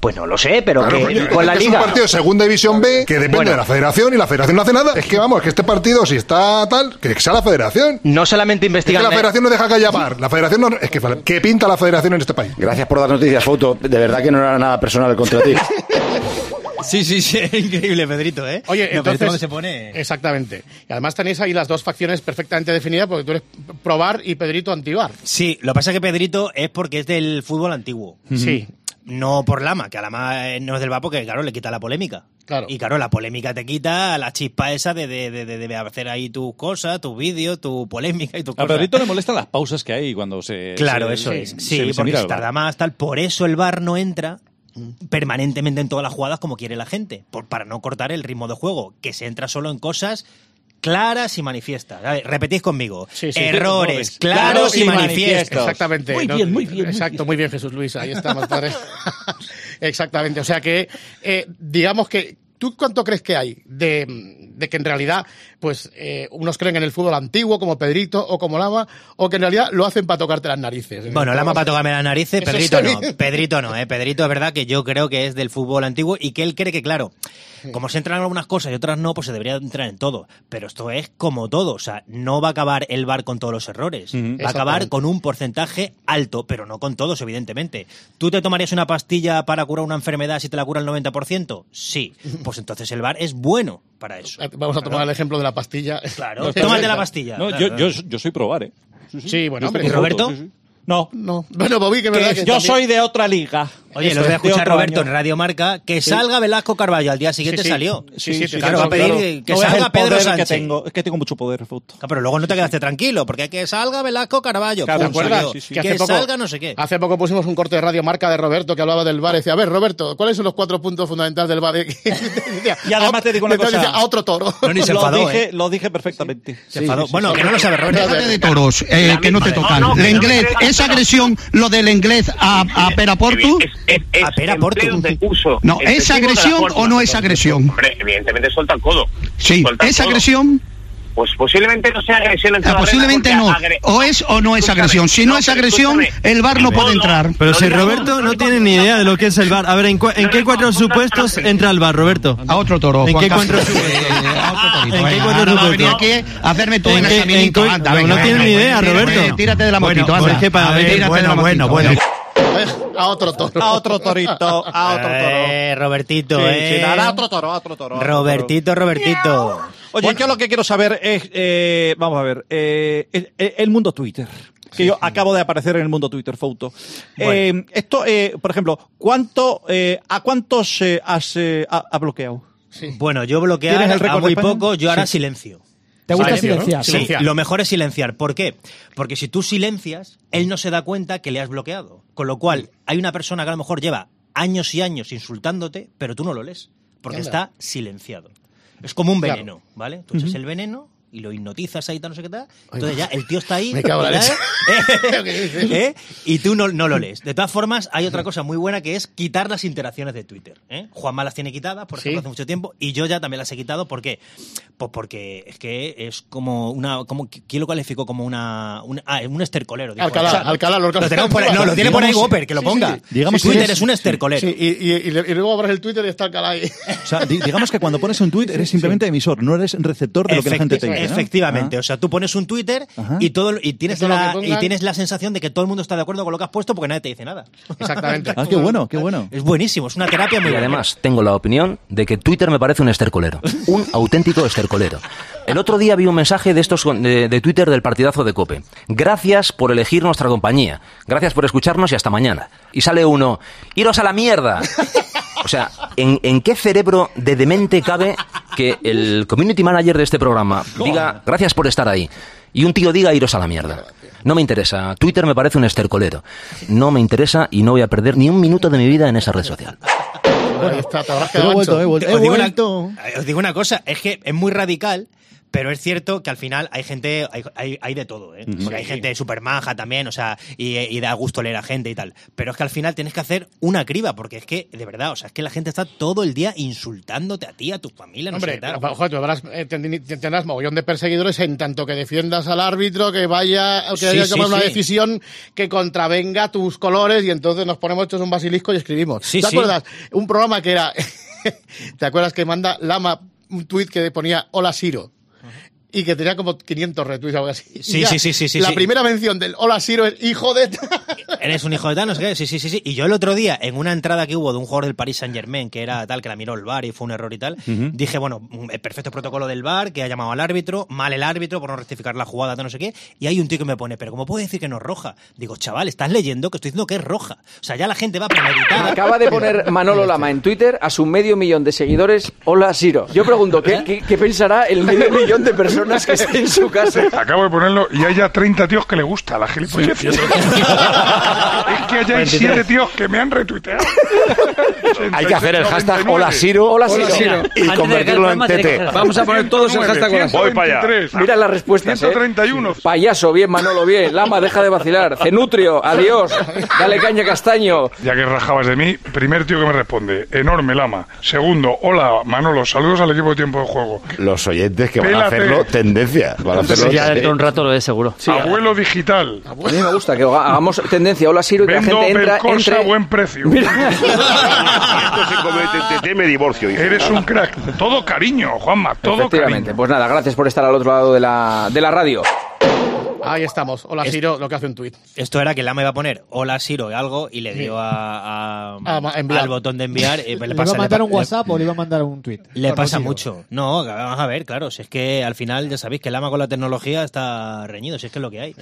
Speaker 15: Pues no lo sé, pero
Speaker 14: Claro,
Speaker 15: que
Speaker 14: coño,
Speaker 15: con
Speaker 14: es
Speaker 15: la
Speaker 14: que
Speaker 15: liga.
Speaker 14: Es un partido de segunda división B que depende
Speaker 15: Bueno.
Speaker 14: de la federación y la federación no hace nada. Es que vamos, que este partido, si está tal, que sea la federación.
Speaker 15: No solamente
Speaker 14: Es que
Speaker 15: investigan. eh.
Speaker 14: la federación no deja que haya bar. La federación no. Es que, ¿qué pinta la federación en este país?
Speaker 12: Gracias por dar noticias, Foto. De verdad que no era nada personal contra ti.
Speaker 7: Sí, sí, (laughs) sí, increíble, Pedrito, ¿eh?
Speaker 3: Oye,
Speaker 7: No, pero
Speaker 3: entonces,
Speaker 7: esto cuando se pone?
Speaker 3: Exactamente. Y además tenéis ahí las dos facciones perfectamente definidas porque tú eres probar y Pedrito antibar.
Speaker 7: Sí, lo que pasa es que Pedrito es porque es del fútbol antiguo.
Speaker 3: Sí.
Speaker 7: No por Lama, que a Lama eh, no es del Vapo, que claro, le quita la polémica.
Speaker 3: Claro.
Speaker 7: Y claro, la polémica te quita la chispa esa de, de, de, de- de hacer ahí tus cosas, tus vídeos, tu polémica y tus
Speaker 4: A
Speaker 7: cosas.
Speaker 4: Pedrito le molestan las pausas que hay cuando se.
Speaker 7: Claro,
Speaker 4: se-
Speaker 7: eso es.
Speaker 4: se-
Speaker 7: Sí,
Speaker 4: se
Speaker 7: porque
Speaker 4: mira
Speaker 7: se
Speaker 4: el bar.
Speaker 7: tarda más, tal. Por eso el bar no entra
Speaker 4: Mm.
Speaker 7: permanentemente en todas las jugadas como quiere la gente, por, para no cortar el ritmo de juego, que se entra solo en cosas claras y manifiestas. A ver, repetid conmigo. Errores, claros y manifiestos.
Speaker 3: Exactamente.
Speaker 7: Muy
Speaker 3: ¿no?
Speaker 7: bien, muy bien. muy
Speaker 3: Exacto, muy bien, Jesús Luis. Ahí estamos, padre. (laughs) Exactamente. O sea que, eh, digamos que, ¿tú cuánto crees que hay de, de que en realidad, pues, eh, unos creen en el fútbol antiguo, como Pedrito o como Lama, o que en realidad lo hacen para tocarte las narices?
Speaker 7: Bueno, Lama para tocarme las narices,
Speaker 3: Eso
Speaker 7: eh, Pedrito
Speaker 3: sí.
Speaker 7: no. Pedrito no, ¿eh? Pedrito es verdad que yo creo que es del fútbol antiguo y que él cree que, claro, como se entran algunas cosas y otras no, pues se debería entrar en todo. Pero esto es como todo, o sea, no va a acabar el bar con todos los errores. Va a acabar
Speaker 16: Exactamente.
Speaker 7: con un porcentaje alto, pero no con todos, evidentemente. ¿Tú te tomarías una pastilla para curar una enfermedad si te la cura el 90%? Sí. Pues entonces el bar es bueno para eso.
Speaker 3: Eh, Vamos a tomar el ejemplo de la pastilla. (laughs)
Speaker 7: Claro, tómate la pastilla.
Speaker 4: No,
Speaker 7: Claro,
Speaker 4: yo,
Speaker 7: claro.
Speaker 4: yo, yo soy probar, ¿eh?
Speaker 3: Sí, bueno,
Speaker 4: Yo
Speaker 3: hombre.
Speaker 4: soy
Speaker 3: ¿Y Roberto?
Speaker 4: sí, sí. No.
Speaker 3: No. Bueno, Bobby, que es verdad que
Speaker 4: yo
Speaker 3: también-
Speaker 4: soy de otra liga.
Speaker 7: Oye,
Speaker 4: Eso
Speaker 7: lo voy a
Speaker 4: es, de
Speaker 7: escuchar
Speaker 4: otro
Speaker 7: Roberto
Speaker 4: año.
Speaker 7: en Radio Marca. Que
Speaker 4: Sí.
Speaker 7: salga Velasco Carballo. Al día siguiente
Speaker 4: Sí, sí.
Speaker 7: salió.
Speaker 4: Sí, sí,
Speaker 7: claro, va a pedir que
Speaker 4: No veas
Speaker 7: salga
Speaker 4: el
Speaker 7: Pedro
Speaker 4: poder
Speaker 7: Sánchez.
Speaker 4: Que tengo, es que tengo mucho poder, Fausto.
Speaker 7: Ah, pero luego no te quedaste tranquilo, porque hay que salga Velasco Carballo.
Speaker 3: ¿Te
Speaker 7: pum,
Speaker 3: acuerdas?
Speaker 7: salió.
Speaker 3: Sí, sí.
Speaker 7: Que,
Speaker 3: hace poco-
Speaker 7: salga no sé qué.
Speaker 3: Hace poco pusimos un corte de radio marca de Roberto que hablaba del VAR y decía, a ver, Roberto, ¿cuáles son los cuatro puntos fundamentales del VAR? (laughs) y
Speaker 4: además te digo una cosa.
Speaker 3: A otro toro.
Speaker 4: lo, dije,
Speaker 7: ¿eh?
Speaker 4: lo dije perfectamente.
Speaker 3: Se enfadó. Bueno, que no lo sabe Roberto.
Speaker 17: Déjate de toros, eh,
Speaker 4: La
Speaker 17: que no te
Speaker 4: misma,
Speaker 17: tocan.
Speaker 4: no, no, que
Speaker 17: El
Speaker 4: no
Speaker 17: inglés,
Speaker 4: me-
Speaker 17: esa agresión, lo del inglés a, a Peraportu.
Speaker 18: a
Speaker 17: No, ¿es agresión o no es agresión?
Speaker 18: Hombre, evidentemente suelta el codo.
Speaker 17: Sí,
Speaker 18: Soltar
Speaker 17: ¿es
Speaker 18: todo.
Speaker 17: agresión?
Speaker 18: Pues posiblemente no sea agresión en
Speaker 17: Ah,
Speaker 18: toda regla,
Speaker 17: posiblemente
Speaker 18: porque
Speaker 17: no.
Speaker 18: agre-
Speaker 17: O es o no es agresión. Si no es agresión, el bar no puede entrar.
Speaker 19: Pero si Roberto no tiene ni idea de lo que es el bar. A ver, ¿en, cua- en qué cuatro supuestos entra el bar, Roberto?
Speaker 17: A otro toro.
Speaker 19: ¿En
Speaker 17: Juan Ah,
Speaker 19: qué
Speaker 17: Carlos.
Speaker 19: cuatro supuestos? ¿En qué cuatro
Speaker 17: Ahora va a venir
Speaker 19: supuestos?
Speaker 17: aquí a hacerme todo
Speaker 19: ¿En
Speaker 17: el
Speaker 19: qué- en
Speaker 17: examinito.
Speaker 19: qué-
Speaker 17: Anda,
Speaker 19: no,
Speaker 17: venga,
Speaker 19: no
Speaker 17: venga,
Speaker 19: tiene ni
Speaker 17: venga,
Speaker 19: idea,
Speaker 17: tírate,
Speaker 19: Roberto.
Speaker 17: venga, Tírate de la
Speaker 19: Bueno,
Speaker 17: motito,
Speaker 19: pues
Speaker 17: anda.
Speaker 19: es que para
Speaker 17: A
Speaker 19: ver,
Speaker 17: tírate de
Speaker 19: bueno,
Speaker 17: la
Speaker 19: bueno,
Speaker 17: motito,
Speaker 19: bueno.
Speaker 17: venga.
Speaker 3: A otro toro.
Speaker 4: A otro torito,
Speaker 3: (laughs)
Speaker 4: a otro toro.
Speaker 7: Eh, Robertito,
Speaker 4: Sí,
Speaker 7: eh.
Speaker 4: sí, nada, a otro toro, a otro toro. a otro
Speaker 7: Robertito, Robertito.
Speaker 4: Oye, yo lo que quiero saber es, eh, vamos a ver, eh, el, el- el mundo Twitter. Que yo acabo de aparecer en el mundo Twitter, Fouto. Eh, esto, eh, por ejemplo, ¿cuánto, eh, ¿a cuántos eh, has, eh, ha- ha bloqueado?
Speaker 7: Bueno, yo
Speaker 4: ¿Tienes
Speaker 7: bloquear
Speaker 4: el
Speaker 7: a
Speaker 4: récord de
Speaker 7: muy
Speaker 4: España?
Speaker 7: poco, yo ahora
Speaker 4: Sí.
Speaker 7: silencio.
Speaker 4: ¿Te gusta
Speaker 7: Silencio, ¿no?
Speaker 4: silenciar?
Speaker 7: Sí,
Speaker 4: Silenciar.
Speaker 7: lo mejor es silenciar. ¿Por qué? Porque si tú silencias, él no se da cuenta que le has bloqueado. Con lo cual, hay una persona que a lo mejor lleva años y años insultándote, pero tú no lo lees, porque
Speaker 20: Anda.
Speaker 7: está silenciado. Es como un
Speaker 20: Claro.
Speaker 7: veneno, ¿vale? Tú echas el veneno y lo hipnotizas ahí, tal, no sé qué tal. Entonces ya
Speaker 20: madre.
Speaker 7: el tío está ahí.
Speaker 20: Me cago en
Speaker 7: (laughs)
Speaker 20: la
Speaker 7: ¿verdad? (laughs)
Speaker 20: dices?
Speaker 7: ¿Eh? Y tú no, no lo lees. De todas formas, hay otra cosa muy buena que es quitar las interacciones de Twitter. ¿eh? Juanma las tiene quitadas, por ejemplo, hace mucho tiempo, y yo ya también las he quitado. ¿Por qué? Pues porque es que es como una. Como, ¿Quién lo calificó como una. una- ah, un estercolero. dijo.
Speaker 3: Alcalá,
Speaker 7: O sea,
Speaker 3: Alcalá lo
Speaker 7: lo tenemos por ahí- No, lo tiene por ahí Whopper, que lo ponga.
Speaker 8: Digamos
Speaker 7: Twitter
Speaker 8: que
Speaker 7: es,
Speaker 8: es-
Speaker 7: un estercolero.
Speaker 3: Sí, y, y- y le- y luego abres el Twitter y está Alcalá ahí.
Speaker 8: O sea, di- digamos que cuando pones un tuit eres simplemente emisor, no eres receptor de lo que la gente
Speaker 7: Efecti-
Speaker 8: tenga. ¿no? Ah.
Speaker 7: Efectivamente, o sea, tú pones un Twitter y todo y tienes
Speaker 8: Y todo lo
Speaker 7: la
Speaker 8: que pongan-
Speaker 7: y tienes la sensación de que todo el mundo está de acuerdo con lo que has puesto porque nadie te dice nada.
Speaker 3: Exactamente.
Speaker 8: (laughs) Ah, qué bueno, qué bueno.
Speaker 7: Es buenísimo, es una terapia muy
Speaker 16: Y
Speaker 7: buena.
Speaker 16: además tengo la opinión de que Twitter me parece un
Speaker 7: (laughs)
Speaker 16: estercolero. Un auténtico estercolero. El otro día vi un mensaje de estos de, de Twitter del partidazo de Cope. Gracias por elegir nuestra compañía. Gracias por escucharnos y hasta mañana. Y sale uno, iros a la mierda. O sea, ¿en, en qué cerebro de demente cabe que el community manager de este programa diga gracias por estar ahí? Y un tío diga iros a la mierda. No me interesa. Twitter me parece un estercolero. No me interesa y no voy a perder ni un minuto de mi vida en esa red social.
Speaker 3: Ahí está, te habrás
Speaker 8: Pero
Speaker 3: quedado
Speaker 8: he vuelto,
Speaker 3: ancho.
Speaker 8: he vuelto, he
Speaker 3: Os digo una-
Speaker 8: vuelto.
Speaker 7: Eh, Os digo una cosa, es que es muy radical, pero es cierto que al final hay gente, hay, hay, hay de todo, ¿eh?
Speaker 8: Ujú.
Speaker 7: Porque hay gente súper maja también, o sea, y, eh, y da gusto leer a gente y tal. Pero es que al final tienes que hacer una criba, porque es que, de verdad, o sea, es que la gente está todo el día insultándote a ti, a tu familia, no sé
Speaker 3: Hombre,
Speaker 7: qué tal.
Speaker 3: pero, joder, tú habrás, eh, tendi- tendrás mogollón de perseguidores en tanto que defiendas al árbitro, que vaya, o
Speaker 7: Sí,
Speaker 3: que haya
Speaker 7: sí,
Speaker 3: tomado una
Speaker 7: sí.
Speaker 3: decisión que contravenga tus colores y entonces nos ponemos hechos un basilisco y escribimos.
Speaker 7: Sí,
Speaker 3: ¿Te
Speaker 7: sí.
Speaker 3: acuerdas? Un programa que era, (laughs) ¿te acuerdas que manda Lama un tuit que ponía Hola Siro? Y que tenía como 500 retuits o algo así. Y
Speaker 7: Sí,
Speaker 3: ya
Speaker 7: sí, sí, sí, sí,
Speaker 3: La
Speaker 7: sí.
Speaker 3: primera mención del Hola Siro es hijo de...
Speaker 7: Eres un hijo de Thanos, ¿qué? Sí, sí, sí, sí. Y yo el otro día, en una entrada que hubo de un jugador del Paris Saint Germain, que era tal, que la miró el bar y fue un error y tal,
Speaker 20: Ujú.
Speaker 7: dije, bueno, mm, el perfecto protocolo del bar, que ha llamado al árbitro, mal el árbitro por no rectificar la jugada, tal, no sé qué. Y hay un tío que me pone, pero ¿cómo puedes decir que no es roja? Digo, chaval, estás leyendo que estoy diciendo que es roja. O sea, ya la gente va premeditada.
Speaker 10: Acaba de poner Manolo Lama en Twitter a su medio millón de seguidores. Hola, Siro. Yo pregunto, ¿qué, qué, qué pensará el medio millón de personas que está en su casa?
Speaker 11: Acabo de ponerlo y hay ya 30 tíos que le gusta la gilipollez. es que allá hay
Speaker 10: 23.
Speaker 11: 7 tíos que me han retuiteado.
Speaker 12: Hay que hacer el hashtag Hola Siro,
Speaker 11: Hola,
Speaker 10: Siro.
Speaker 12: y
Speaker 10: Antes de
Speaker 12: convertirlo
Speaker 10: que
Speaker 12: en
Speaker 10: el programa tiene que
Speaker 12: TT.
Speaker 10: ser- Vamos a poner todos el hashtag Hola Siro.
Speaker 12: Voy para allá.
Speaker 10: Mira las respuestas.
Speaker 11: 131.
Speaker 10: ¿eh? Payaso, bien, Manolo, bien. Lama, deja de vacilar. Cenutrio, adiós. Dale caña, castaño.
Speaker 11: Ya que rajabas de mí, primer tío que me responde, enorme lama. Segundo, hola Manolo, saludos al equipo de tiempo de juego.
Speaker 12: Los oyentes que van a
Speaker 11: Pélate.
Speaker 12: hacerlo tendencia. Van a hacerlo
Speaker 11: ya dentro de un
Speaker 10: rato lo es seguro.
Speaker 11: Abuelo digital.
Speaker 10: A mí me gusta que hagamos tendencia Hola Siro y que la
Speaker 11: Vendo
Speaker 10: gente entra,
Speaker 11: Belcorsa
Speaker 10: entre...
Speaker 11: a buen
Speaker 10: (laughs)
Speaker 11: precio.
Speaker 12: Ah, me divorcio.
Speaker 11: Eres un crack. Todo cariño, Juanma, todo
Speaker 10: Efectivamente.
Speaker 11: cariño.
Speaker 10: Pues nada, gracias por estar al otro lado de la, de la radio.
Speaker 3: Ahí estamos, Hola Siro, lo que hace un tuit.
Speaker 7: Esto era que Lama iba a poner hola Siro o algo y le dio a, a-
Speaker 3: Ah, ma- enviar.
Speaker 7: al botón de enviar. y le
Speaker 21: ¿Le iba
Speaker 7: pasa-
Speaker 21: a
Speaker 7: le
Speaker 21: mandar
Speaker 7: pa-
Speaker 21: un
Speaker 7: le-
Speaker 21: WhatsApp o le iba a mandar un tweet?
Speaker 7: Le
Speaker 21: Bueno,
Speaker 7: pasa
Speaker 21: sigo.
Speaker 7: mucho. No, vamos a ver, claro. Si es que al final ya sabéis que el ama con la tecnología está reñido, si es que es lo que hay.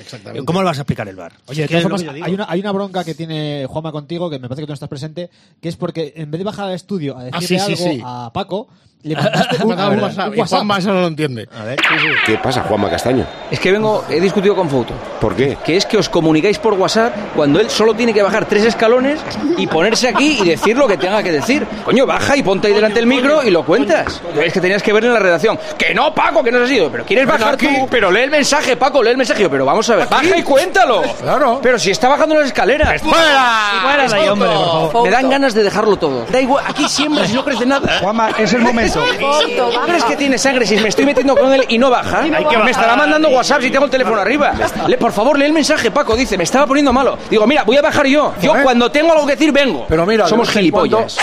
Speaker 7: ¿Cómo lo vas a explicar el bar?
Speaker 21: Oye, de
Speaker 7: es que es
Speaker 21: todas
Speaker 7: lo
Speaker 21: formas,
Speaker 7: que yo digo.
Speaker 21: hay, una, hay una bronca que tiene Juanma contigo, que me parece que tú no estás presente, que es porque en vez de bajar al estudio a
Speaker 3: Ah,
Speaker 21: decirle
Speaker 3: sí, sí,
Speaker 21: algo
Speaker 3: sí.
Speaker 21: a Paco,
Speaker 7: (laughs)
Speaker 3: (laughs)
Speaker 21: le mandaste un,
Speaker 3: Mandaba un WhatsApp, y Juanma eso no lo entiende.
Speaker 12: ¿Qué pasa, Juanma Castaño?
Speaker 10: Es que vengo, he discutido con Fouto.
Speaker 12: ¿Por qué?
Speaker 10: Que es que os comunicáis por WhatsApp cuando él solo tiene que bajar tres escalones y ponerse aquí y decir lo que tenga que decir. Coño, baja y ponte ahí delante del micro y lo cuentas. Es que tenías que ver en la redacción. Que no, Paco, que no has ido. Pero quieres
Speaker 11: Ven
Speaker 10: bajar
Speaker 11: aquí.
Speaker 10: tú. Pero lee el mensaje, Paco, lee el mensaje. Yo, Pero vamos a ver, baja y cuéntalo. Claro. Pero si está bajando las escaleras.
Speaker 11: ¡Fuera! ¡Fuera de ahí, hombre, por favor!
Speaker 10: Me dan ganas de dejarlo todo. Da igual, aquí siempre si no crees de nada. Juanma, es el (laughs) momento. ¿Tú crees que tiene sangre si me estoy metiendo con él y no baja?
Speaker 11: Hay que
Speaker 10: me estará
Speaker 11: bajar.
Speaker 10: mandando WhatsApp si tengo el teléfono arriba. Le- por favor, lee el mensaje, Paco. Dice, me estaba poniendo malo. Digo, mira, voy a bajar yo. Yo cuando tengo algo que decir, vengo. Pero mira, somos gilipollas.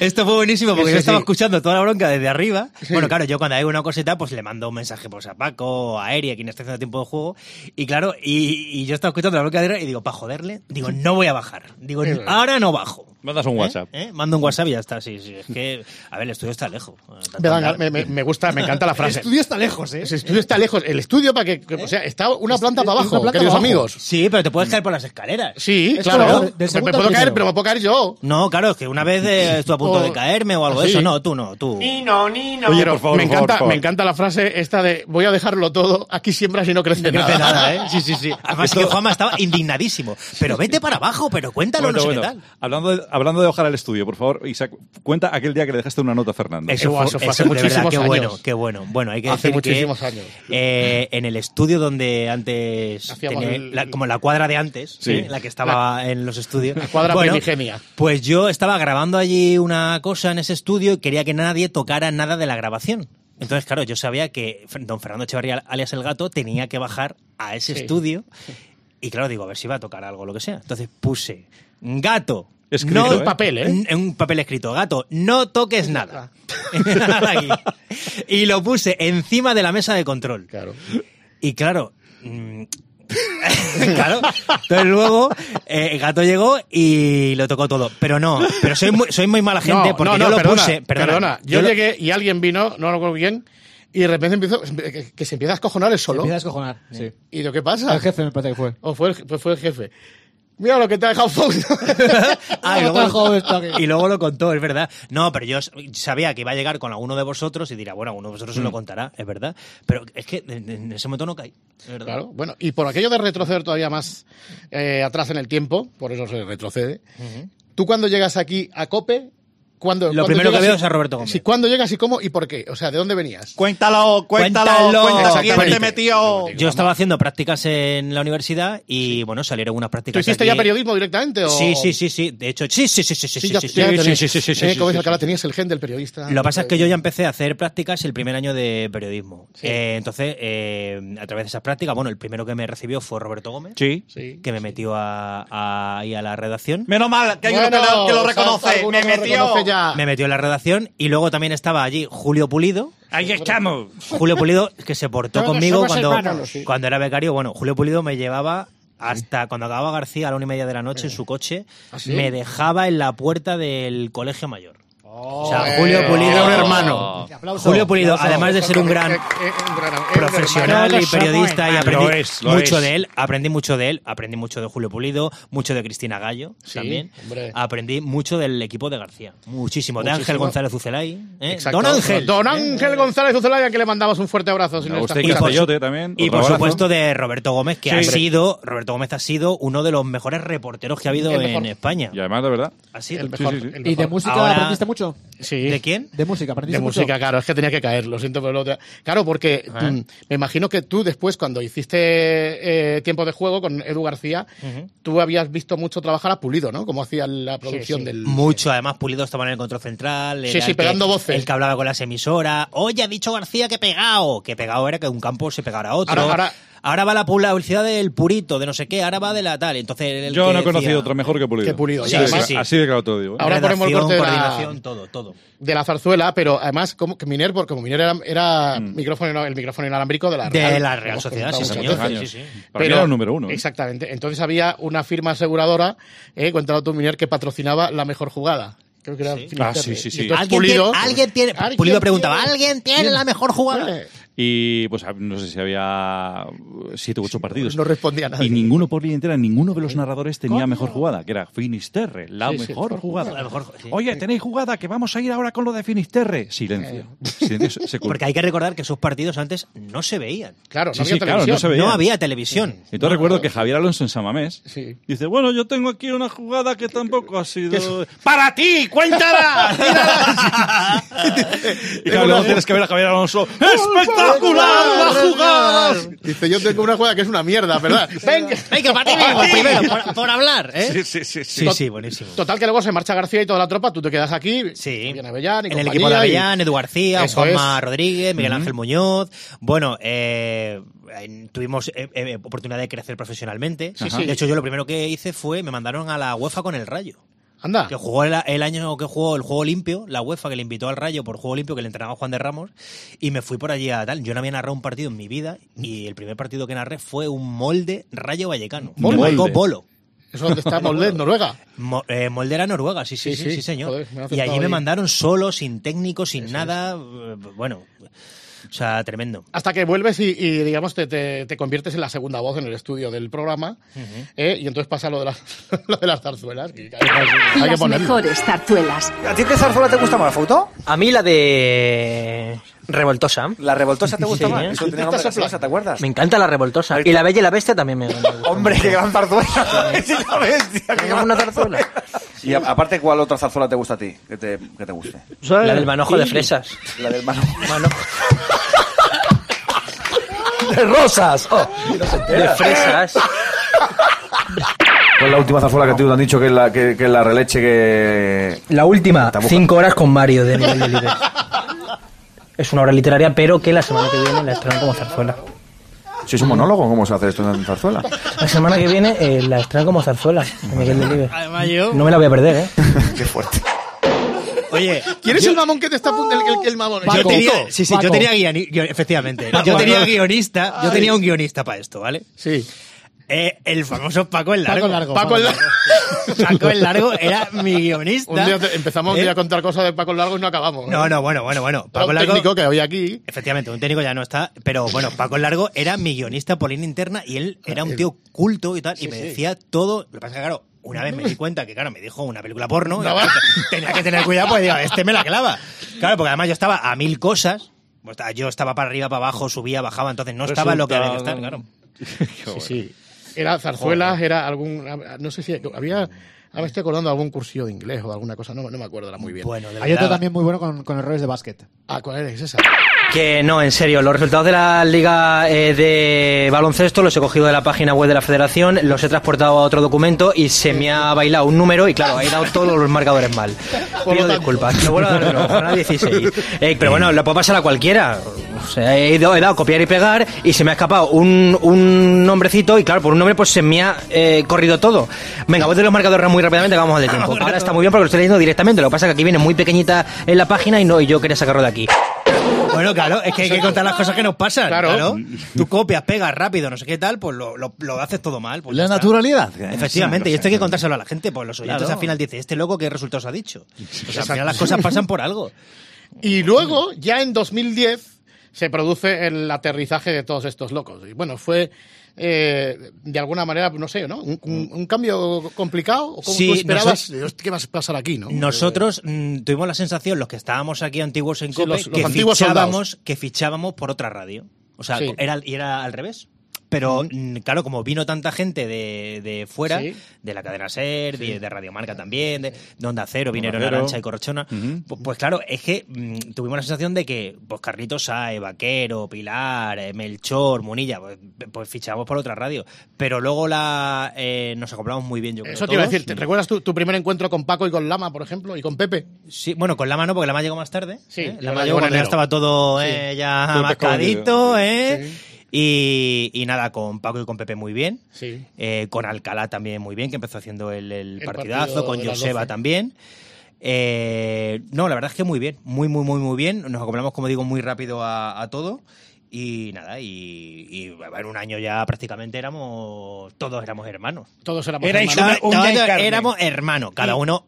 Speaker 7: Esto fue buenísimo porque
Speaker 10: Sí, sí,
Speaker 7: yo estaba
Speaker 10: sí.
Speaker 7: escuchando toda la bronca desde arriba. Bueno, claro, yo cuando hay una cosita, pues le mando un mensaje pues, a Paco, a Eri, a quien está haciendo tiempo de juego. Y claro, y, y yo estaba escuchando la bronca de arriba y digo, para joderle, digo, no voy a bajar. Digo,
Speaker 4: Eso es.
Speaker 7: ahora no bajo.
Speaker 4: Mandas un
Speaker 7: ¿Eh?
Speaker 4: WhatsApp.
Speaker 7: ¿Eh? Mando un WhatsApp y ya está. Sí, sí. Es que, a ver, el estudio está lejos.
Speaker 3: Me, dan- me- me- me gusta, me encanta la frase.
Speaker 7: El (laughs) estudio
Speaker 21: está lejos, ¿eh?
Speaker 3: El estudio está lejos. El estudio para que, que- o sea, está una planta para
Speaker 7: es una
Speaker 3: abajo,
Speaker 7: planta
Speaker 3: queridos
Speaker 7: para abajo.
Speaker 3: amigos.
Speaker 7: Sí, pero te puedes caer por las escaleras.
Speaker 3: Sí,
Speaker 7: Es
Speaker 3: claro.
Speaker 7: como
Speaker 3: Me-
Speaker 7: del
Speaker 3: Me,
Speaker 7: segundo
Speaker 3: puedo
Speaker 7: al
Speaker 3: caer,
Speaker 7: primero.
Speaker 3: pero me puedo caer yo.
Speaker 7: No, claro, es que una vez eh, estuve a punto
Speaker 3: O-
Speaker 7: de caerme o algo de
Speaker 3: así.
Speaker 7: eso. No, tú no, tú.
Speaker 3: (laughs)
Speaker 5: Nino, Nino.
Speaker 3: Oye, me, encanta, me encanta la frase esta de voy a dejarlo todo, aquí siembra si no crece
Speaker 7: No
Speaker 3: nada.
Speaker 7: hace nada, ¿eh?
Speaker 3: (laughs)
Speaker 7: Sí, sí, sí. Además que Juanma estaba indignadísimo. Pero vete para abajo, pero cuéntalo,
Speaker 4: Bueno,
Speaker 7: no sé
Speaker 4: bueno,
Speaker 7: qué tal.
Speaker 4: Hablando, de, hablando de bajar al estudio, por favor, Isaac, cuenta aquel día que le dejaste una nota a Fernando.
Speaker 7: Eso fue, eso, de verdad, qué bueno, qué bueno. Bueno, hay que
Speaker 4: Hace
Speaker 7: decir
Speaker 4: muchísimos
Speaker 7: que,
Speaker 4: años.
Speaker 7: eh, en el estudio donde antes
Speaker 3: Hacíamos
Speaker 7: tenía
Speaker 3: el-
Speaker 7: la- como la cuadra de antes,
Speaker 3: Sí.
Speaker 7: ¿eh? la que estaba en los estudios.
Speaker 3: La cuadra
Speaker 7: Bueno,
Speaker 3: primigenia.
Speaker 7: Pues yo estaba grabando allí una cosa en ese estudio y quería que nadie tocara nada de la grabación. Entonces, claro, yo sabía que Fer- don Fernando Echevarría, alias el gato, tenía que bajar a ese
Speaker 4: (laughs)
Speaker 3: Sí.
Speaker 7: estudio. Y claro, digo, a ver si va a tocar algo, lo que sea. Entonces puse gato,
Speaker 4: Escrito,
Speaker 7: no,
Speaker 4: ¿eh? papel, ¿eh?
Speaker 7: En un papel escrito, gato, no toques nada. (laughs) Nada aquí. Y lo puse encima de la mesa de control. Claro. Y claro, mm, (laughs) claro. Entonces luego eh, el gato llegó y lo tocó todo. Pero no, pero soy muy, soy muy mala gente
Speaker 3: No,
Speaker 7: porque
Speaker 3: no, no,
Speaker 7: yo lo
Speaker 3: perdona,
Speaker 7: puse. Perdona,
Speaker 3: Yo,
Speaker 7: lo-
Speaker 3: llegué y alguien vino, no lo recuerdo bien, y de repente empiezo, que, que se empieza a escojonar el solo.
Speaker 21: Empiezas a cojonar. Sí.
Speaker 3: Y digo, ¿qué pasa?
Speaker 21: El jefe me parece que fue.
Speaker 3: O fue el, pues fue el jefe. Mira lo que te ha dejado Fausto.
Speaker 7: Ah, y,
Speaker 21: Lo trajo esto
Speaker 7: luego,
Speaker 21: aquí.
Speaker 7: y luego lo contó, es verdad. No, pero yo s- sabía que iba a llegar con alguno de vosotros y dirá, bueno, alguno de vosotros se lo
Speaker 3: Mm.
Speaker 7: contará, es verdad. Pero es que en en ese momento no caí. es verdad.
Speaker 3: Claro, bueno, y por aquello de retroceder todavía más eh, atrás en el tiempo, por eso se retrocede. Tú cuando llegas aquí a Cope, cuando
Speaker 7: Lo primero que veo es
Speaker 3: a
Speaker 7: a Roberto Gómez.
Speaker 3: Sí, ¿Cuándo llegas y cómo y por qué? O sea, ¿de dónde venías?
Speaker 4: Cuéntalo, cuéntalo, cuéntalo. ¿Quién te metió?
Speaker 7: Yo estaba haciendo prácticas en la universidad y, bueno, salieron unas prácticas.
Speaker 3: ¿Tú hiciste
Speaker 7: aquí.
Speaker 3: ya periodismo directamente? O...
Speaker 7: Sí, sí, sí, sí. De hecho, sí, sí, sí, sí, sí,
Speaker 3: Sí,
Speaker 7: sí,
Speaker 3: ya-
Speaker 7: sí,
Speaker 3: ya
Speaker 7: sí,
Speaker 3: tenéis,
Speaker 7: sí, sí, sí, sí,
Speaker 3: eh,
Speaker 7: sí,
Speaker 3: como ves,
Speaker 7: sí,
Speaker 3: Alcalá,
Speaker 7: sí.
Speaker 3: tenías el gen del periodista.
Speaker 7: Ah, Lo que pasa es que yo ya empecé a hacer prácticas el primer año de periodismo. Eh, entonces, eh, a través de esas prácticas, bueno, el primero que me recibió fue Roberto Gómez,
Speaker 4: Sí.
Speaker 7: que me metió a, a- ahí a la redacción.
Speaker 4: Menos mal que hay uno que lo, que lo reconoce. Me metió.
Speaker 7: Me metió en la redacción y luego también estaba allí Julio Pulido.
Speaker 4: Ahí estamos.
Speaker 7: Julio Pulido, que se portó
Speaker 4: Todos
Speaker 7: conmigo
Speaker 4: somos
Speaker 7: cuando,
Speaker 4: hermanos, sí.
Speaker 7: cuando era becario. Bueno, Julio Pulido me llevaba hasta cuando acababa García a la una y media de la noche en su coche.
Speaker 3: ¿Ah, sí?
Speaker 7: Me dejaba en la puerta del colegio mayor. o sea,
Speaker 3: eh,
Speaker 7: Julio Pulido.
Speaker 3: un hermano.
Speaker 7: Aplauso, Julio Pulido,
Speaker 3: aplauso.
Speaker 7: además de ser un gran Ah,
Speaker 3: Eh, eh, un gran- eh, un
Speaker 7: profesional
Speaker 3: hermano.
Speaker 7: y periodista y aprendí
Speaker 4: Lo es, lo
Speaker 7: mucho
Speaker 4: es.
Speaker 7: de él, aprendí mucho de él, aprendí mucho de Julio Pulido, mucho de Cristina Gallo también,
Speaker 3: hombre.
Speaker 7: aprendí mucho del equipo de García, muchísimo, de
Speaker 3: Muchísimo.
Speaker 7: Ángel González Ucelay, ¿eh?
Speaker 3: Exacto.
Speaker 7: Don Ángel,
Speaker 3: Don Ángel González Ucelaya, que le mandamos un fuerte abrazo. Si no está
Speaker 7: Y por-
Speaker 3: escuchando.
Speaker 7: y por supuesto de Roberto Gómez, que
Speaker 3: Sí.
Speaker 7: ha
Speaker 3: Hombre.
Speaker 7: sido, Roberto Gómez ha sido uno de los mejores reporteros que ha habido
Speaker 21: El
Speaker 7: en
Speaker 21: mejor.
Speaker 7: España.
Speaker 13: Y además, de verdad.
Speaker 7: Así
Speaker 3: El mejor, el
Speaker 21: ¿Y de
Speaker 3: mejor.
Speaker 21: música
Speaker 7: Ahora-
Speaker 21: aprendiste mucho?
Speaker 3: Sí.
Speaker 7: ¿De quién?
Speaker 21: De música, aprendiste
Speaker 3: De
Speaker 21: mucho.
Speaker 3: música, claro, es que tenía que caer, lo siento, pero lo te- Claro, porque
Speaker 21: Ah.
Speaker 3: mm, me imagino que tú después, cuando hiciste eh, tiempo de juego con Edu García, tú habías visto mucho trabajar a Pulido, ¿no? Como hacía la producción del...
Speaker 7: Mucho, además Pulido estaba en el control central.
Speaker 3: Sí,
Speaker 7: era
Speaker 3: sí,
Speaker 7: el que-
Speaker 3: pegando voces.
Speaker 7: El que hablaba con las emisoras. Oye, ha dicho García que pegado. Que pegado era que un campo se pegara a otro.
Speaker 4: Ahora- ahora-
Speaker 7: Ahora va la publicidad del purito, de no sé qué, ahora va de la tal. Entonces, el
Speaker 13: Yo
Speaker 7: que
Speaker 13: no he conocido
Speaker 7: decía-
Speaker 13: otro mejor que Pulido.
Speaker 3: Que Pulido,
Speaker 13: Sí,
Speaker 3: y además-
Speaker 13: sí, Así de claro te lo digo. ¿eh?
Speaker 3: Ahora ponemos el
Speaker 7: Redacción,
Speaker 3: corte de la,
Speaker 7: coordinación, todo, todo.
Speaker 3: de la zarzuela, pero además, como que Miner, porque como Miner era, era micrófono, el micrófono inalámbrico de la
Speaker 7: De
Speaker 3: Real,
Speaker 7: la
Speaker 3: lo
Speaker 7: Real
Speaker 3: hemos
Speaker 7: Sociedad,
Speaker 3: comentado
Speaker 7: sí,
Speaker 3: muchas
Speaker 7: señor.
Speaker 3: veces.
Speaker 7: Sí, sí, sí.
Speaker 13: Para mí era el número uno, ¿eh?
Speaker 3: Exactamente. Entonces había una firma aseguradora, eh, cuéntalo tú, Miner, que patrocinaba la mejor jugada. Creo que era Finisterre.
Speaker 13: Ah, sí, sí, sí.
Speaker 3: Y entonces
Speaker 13: ¿Alguien
Speaker 3: Pulido,
Speaker 13: tiene-
Speaker 7: Alguien tiene.
Speaker 3: ¿Alguien
Speaker 7: Pulido preguntaba,
Speaker 3: tiene-
Speaker 7: ¿alguien tiene
Speaker 3: tiene-
Speaker 7: la mejor jugada?
Speaker 3: Vale.
Speaker 13: Y pues no sé si había eh, siete u ocho partidos.
Speaker 3: No respondía nadie.
Speaker 13: Y ninguno por línea entera, ninguno de los narradores tenía mejor jugada, que era Finisterre, la
Speaker 4: Sí, sí,
Speaker 13: mejor
Speaker 4: mejor
Speaker 13: jugada.
Speaker 4: jugada. La mejor- sí.
Speaker 13: Oye, tenéis jugada, que vamos a ir ahora con lo de Finisterre. Silencio. Silencio
Speaker 7: (laughs)
Speaker 13: secular.
Speaker 7: Porque hay que recordar que esos partidos antes no se veían.
Speaker 3: Claro,
Speaker 13: Sí, sí, claro, no se veía.
Speaker 7: había televisión.
Speaker 13: Entonces recuerdo que Javier Alonso en Samamés dice, bueno, yo tengo aquí una jugada que tampoco ha sido...
Speaker 4: ¡Para ti! ¡Cuéntala!
Speaker 13: Y claro, luego tienes que ver a Javier Alonso.
Speaker 4: ¡Espectacular la jugada!
Speaker 3: Dice, yo tengo una jugada que es una mierda, ¿verdad? Venga,
Speaker 7: venga, para
Speaker 13: (laughs)
Speaker 7: ti mismo, primero, por, por hablar, ¿eh?
Speaker 13: Sí, sí, sí.
Speaker 7: Sí, sí, buenísimo.
Speaker 3: Total, que luego se marcha García y toda la tropa, tú te quedas aquí.
Speaker 7: Sí.
Speaker 3: En Avellán y
Speaker 7: En el
Speaker 3: compañía
Speaker 7: equipo de
Speaker 3: y-
Speaker 7: Avellán, Edu García,
Speaker 3: Eso
Speaker 7: Juanma
Speaker 3: es.
Speaker 7: Rodríguez, Miguel
Speaker 3: Ujú.
Speaker 7: Ángel Muñoz. Bueno, eh, en- tuvimos eh, eh, oportunidad de crecer profesionalmente.
Speaker 3: Sí, sí.
Speaker 7: De hecho, yo lo primero que hice fue, me mandaron a la UEFA con el Rayo.
Speaker 3: Anda.
Speaker 7: Que jugó el, el año que jugó el Juego Limpio, la UEFA que le invitó al Rayo por Juego Limpio, que le entrenaba Juan de Ramos, y me fui por allí a tal. Yo no había narrado un partido en mi vida, y el primer partido que narré fue un molde Rayo Vallecano. que
Speaker 3: Molde.
Speaker 7: marcó Polo.
Speaker 3: Eso donde está Molde, Noruega.
Speaker 7: Mo- eh, Moldera Noruega, sí, sí,
Speaker 3: Sí,
Speaker 7: sí,
Speaker 3: sí.
Speaker 7: sí, señor.
Speaker 3: Joder, me ha
Speaker 7: y allí
Speaker 3: acertado
Speaker 7: me
Speaker 3: ahí.
Speaker 7: mandaron solo, sin técnico, sin nada. eh, Bueno, o sea, tremendo.
Speaker 3: Hasta que vuelves y, y, digamos, te, te- te conviertes en la segunda voz en el estudio del programa. ¿eh? Y entonces pasa lo de, las (laughs) lo de las zarzuelas. que hay- hay que
Speaker 20: Las
Speaker 3: ponerlo.
Speaker 20: mejores zarzuelas.
Speaker 22: ¿A ti qué zarzuela te gusta más, Fauto?
Speaker 23: A mí la de. Revoltosa. ¿La revoltosa
Speaker 22: te
Speaker 7: ¿eh?
Speaker 22: gusta más? Eso tenía nombre de salsa,
Speaker 23: ¿te acuerdas? Me encanta la revoltosa. Y la bella y la bestia también me gusta.
Speaker 22: Hombre, qué gran
Speaker 7: (laughs)
Speaker 22: zarzuela.
Speaker 23: una zarzuela.
Speaker 22: Y a- aparte, ¿cuál otra zarzuela te gusta a ti? Que te, que te guste.
Speaker 23: La del manojo de fresas.
Speaker 22: La del
Speaker 23: (laughs)
Speaker 22: manojo.
Speaker 23: De rosas. Oh. de fresas.
Speaker 22: ¿Cuál es la última zarzuela que tú te han dicho que es la, que, que es la releche que.
Speaker 23: La última,
Speaker 22: Tabuca.
Speaker 23: cinco horas con Mario de Miguel Delibes. Es una obra literaria, pero que la semana que viene la estrenan como zarzuela.
Speaker 22: ¿Sois un monólogo? ¿Cómo se hace esto en zarzuela?
Speaker 23: La semana que viene eh, la extraen como zarzuela de Miguel Delibes.
Speaker 7: Además, yo.
Speaker 23: No me la voy a perder, ¿eh?
Speaker 22: (laughs) Qué fuerte.
Speaker 7: Oye,
Speaker 3: ¿Quién es
Speaker 7: yo-
Speaker 3: el mamón que te está apuntando el, el- el mamón?
Speaker 7: yo tenía, sí, sí, yo tenía guioni- guion- efectivamente. yo
Speaker 3: Paco.
Speaker 7: tenía guionista, yo
Speaker 3: Ay.
Speaker 7: tenía un guionista para esto, ¿vale? Eh,
Speaker 3: Sí.
Speaker 7: el famoso Paco el Largo.
Speaker 3: Paco el Largo,
Speaker 7: Paco
Speaker 3: Paco
Speaker 7: el
Speaker 3: el
Speaker 7: Largo, era mi guionista.
Speaker 3: Un día te- empezamos un
Speaker 7: Eh.
Speaker 3: día a contar cosas de Paco el Largo y no acabamos. ¿eh?
Speaker 7: No, no, bueno, bueno, bueno.
Speaker 3: Era un técnico que había aquí.
Speaker 7: Efectivamente, un técnico ya no está. Pero bueno, Paco el Largo era mi guionista por línea interna y él era un tío culto y tal. y me
Speaker 3: sí.
Speaker 7: decía todo. Lo que pasa es que, claro, una vez me di cuenta que, claro, me dijo una película porno. y
Speaker 3: No, va.
Speaker 7: (laughs) tenía que tener cuidado, pues digo, este me la clava. Claro, porque además yo estaba a mil cosas. Pues, Yo estaba para arriba, para abajo, subía, bajaba, entonces
Speaker 3: Pues
Speaker 7: no estaba en lo que había que estar,
Speaker 3: (laughs)
Speaker 7: claro.
Speaker 3: Sí, sí. Era zarzuelas, era algún. No sé si había. Ahora me estoy acordando de algún cursillo de inglés o de alguna cosa. No, no me acuerdo ahora muy bien. Bueno, de
Speaker 21: Hay otro también muy bueno con, con errores de básquet.
Speaker 3: Ah, ¿cuál es esa?
Speaker 23: Que no, en serio, los resultados de la liga eh, de baloncesto los he cogido de la página web de la federación, los he transportado a otro documento y se me ha bailado un número y claro, he dado todos los marcadores mal. Pido disculpas, lo vuelvo a dar de nuevo, ojalá 16. Eh, pero bueno, lo puedo pasar a cualquiera. O sea, he, ido- he dado copiar y pegar y se me ha escapado un, un nombrecito y claro, por un nombre pues se me ha eh, corrido todo. Venga, voy a hacer los marcadores muy rápidamente que vamos al
Speaker 7: (laughs)
Speaker 23: de tiempo. Ahora está muy bien porque lo estoy leyendo directamente, lo que pasa es que aquí viene muy pequeñita en la página y no, y yo quería sacarlo de aquí.
Speaker 7: Bueno, claro, es que hay que contar las cosas que nos pasan. Claro.
Speaker 23: Claro.
Speaker 7: Tú copias, pegas rápido, no sé qué tal, pues lo, lo- lo haces todo mal. pues
Speaker 8: La
Speaker 7: ya está.
Speaker 8: naturalidad.
Speaker 7: Efectivamente, y esto hay que contárselo a la gente, pues los oyentes
Speaker 8: Claro.
Speaker 7: al final dicen, este loco qué resultados ha dicho. Pues al final las cosas pasan por algo.
Speaker 3: (laughs) Y luego, ya en 2010, se produce el aterrizaje de todos estos locos. Y bueno, fue eh, de alguna manera, no sé, ¿no? Un, un- un cambio complicado. ¿O cómo
Speaker 7: Sí,
Speaker 3: tú esperabas?
Speaker 7: nosotros-
Speaker 3: Dios, ¿Qué va a pasar aquí, no?
Speaker 7: Nosotros mm, tuvimos la sensación, los que estábamos aquí antiguos en
Speaker 3: Sí,
Speaker 7: COPE,
Speaker 3: los- los
Speaker 7: que,
Speaker 3: antiguos
Speaker 7: fichábamos,
Speaker 3: soldados.
Speaker 7: que fichábamos por otra radio. O sea,
Speaker 3: Sí.
Speaker 7: era, y era al revés. Pero mm, claro, como vino tanta gente de, de fuera,
Speaker 3: Sí.
Speaker 7: de la cadena SER, de, de Radio Marca también, de, de Onda Cero, vinieron
Speaker 3: Cero.
Speaker 7: Arancha y Corrochona, pues, pues claro, es que mm, tuvimos la sensación de que pues Carlitos Sae, Vaquero, Pilar, eh, Melchor, Munilla, pues, pues fichábamos por otra radio. Pero luego la eh, nos acoplamos muy bien, yo creo.
Speaker 3: Eso te iba a
Speaker 7: todos.
Speaker 3: decir, ¿te recuerdas tu, tu primer encuentro con Paco y con Lama, por ejemplo, y con Pepe?
Speaker 7: Sí, bueno, con Lama no, porque Lama llegó más tarde.
Speaker 3: Sí,
Speaker 7: ¿eh? Lama
Speaker 3: yo la
Speaker 7: llegó
Speaker 3: llevo en
Speaker 7: cuando ya
Speaker 3: enero.
Speaker 7: estaba todo eh,
Speaker 3: Sí.
Speaker 7: ya
Speaker 3: Todo
Speaker 7: mascadito,
Speaker 3: pescado,
Speaker 7: ¿eh? Y, y nada, con Paco y con Pepe muy bien.
Speaker 3: Sí.
Speaker 7: Eh, con Alcalá también muy bien, que empezó haciendo el, el
Speaker 3: El
Speaker 7: partidazo.
Speaker 3: partido
Speaker 7: Con
Speaker 3: de las
Speaker 7: Joseba
Speaker 3: 12.
Speaker 7: también. Eh, no, la verdad es que muy bien. Muy, muy, muy, muy bien. Nos acoplamos, como digo, muy rápido a, a todo. Y nada, y, y, bueno, en un año ya prácticamente éramos. Todos éramos hermanos.
Speaker 3: Todos éramos
Speaker 7: Erais
Speaker 3: hermanos.
Speaker 7: una-
Speaker 3: Todos
Speaker 7: un día en carne.
Speaker 3: éramos
Speaker 7: hermanos. Cada uno,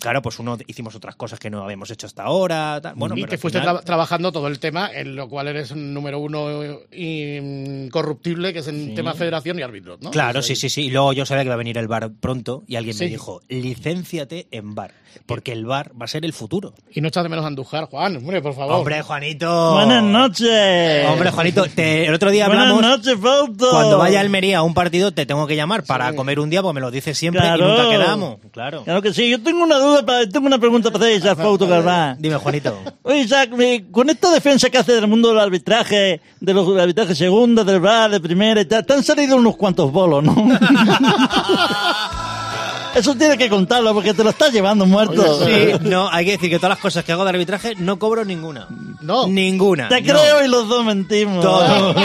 Speaker 7: claro, pues uno hicimos otras cosas que no habíamos hecho hasta ahora. tal. Bueno,
Speaker 3: y
Speaker 7: pero
Speaker 3: que
Speaker 7: al
Speaker 3: fuiste
Speaker 7: final-
Speaker 3: tra- trabajando todo el tema, en lo cual eres un número uno eh, incorruptible, que es en tema federación y árbitros, ¿no?
Speaker 7: Claro, sí, sí, sí. Y luego yo sabía que iba a venir el bar pronto y alguien me
Speaker 3: Sí.
Speaker 7: dijo, licénciate en bar, porque el bar va a ser el futuro.
Speaker 3: Y no echas de menos a Andújar, Juan, hombre, por favor.
Speaker 7: Hombre, Juanito.
Speaker 4: noches.
Speaker 7: Oh. Hombre, Juanito, te- el otro día
Speaker 4: Buenas
Speaker 7: hablamos.
Speaker 4: noches, Fausto.
Speaker 7: Cuando vaya a Almería a un partido, te tengo que llamar para comer un día, porque me lo dices siempre y nunca quedamos. Claro.
Speaker 4: Claro que sí. Yo tengo una duda, para- tengo una pregunta para hacer Isaac Fausto Galván.
Speaker 7: Dime, Juanito.
Speaker 4: Oye, Isaac, me- con esta defensa que hace del mundo del arbitraje, de los del arbitraje segunda, del bar, de primera y tal, te han salido unos cuantos bolos,
Speaker 7: (laughs)
Speaker 4: ¿no? Eso tienes que contarlo porque te lo estás llevando muerto.
Speaker 7: Sí, no, hay que decir que todas las cosas que hago de arbitraje no cobro ninguna. No. Ninguna.
Speaker 4: Te
Speaker 7: no.
Speaker 4: creo y los dos mentimos. (laughs)
Speaker 7: Todo.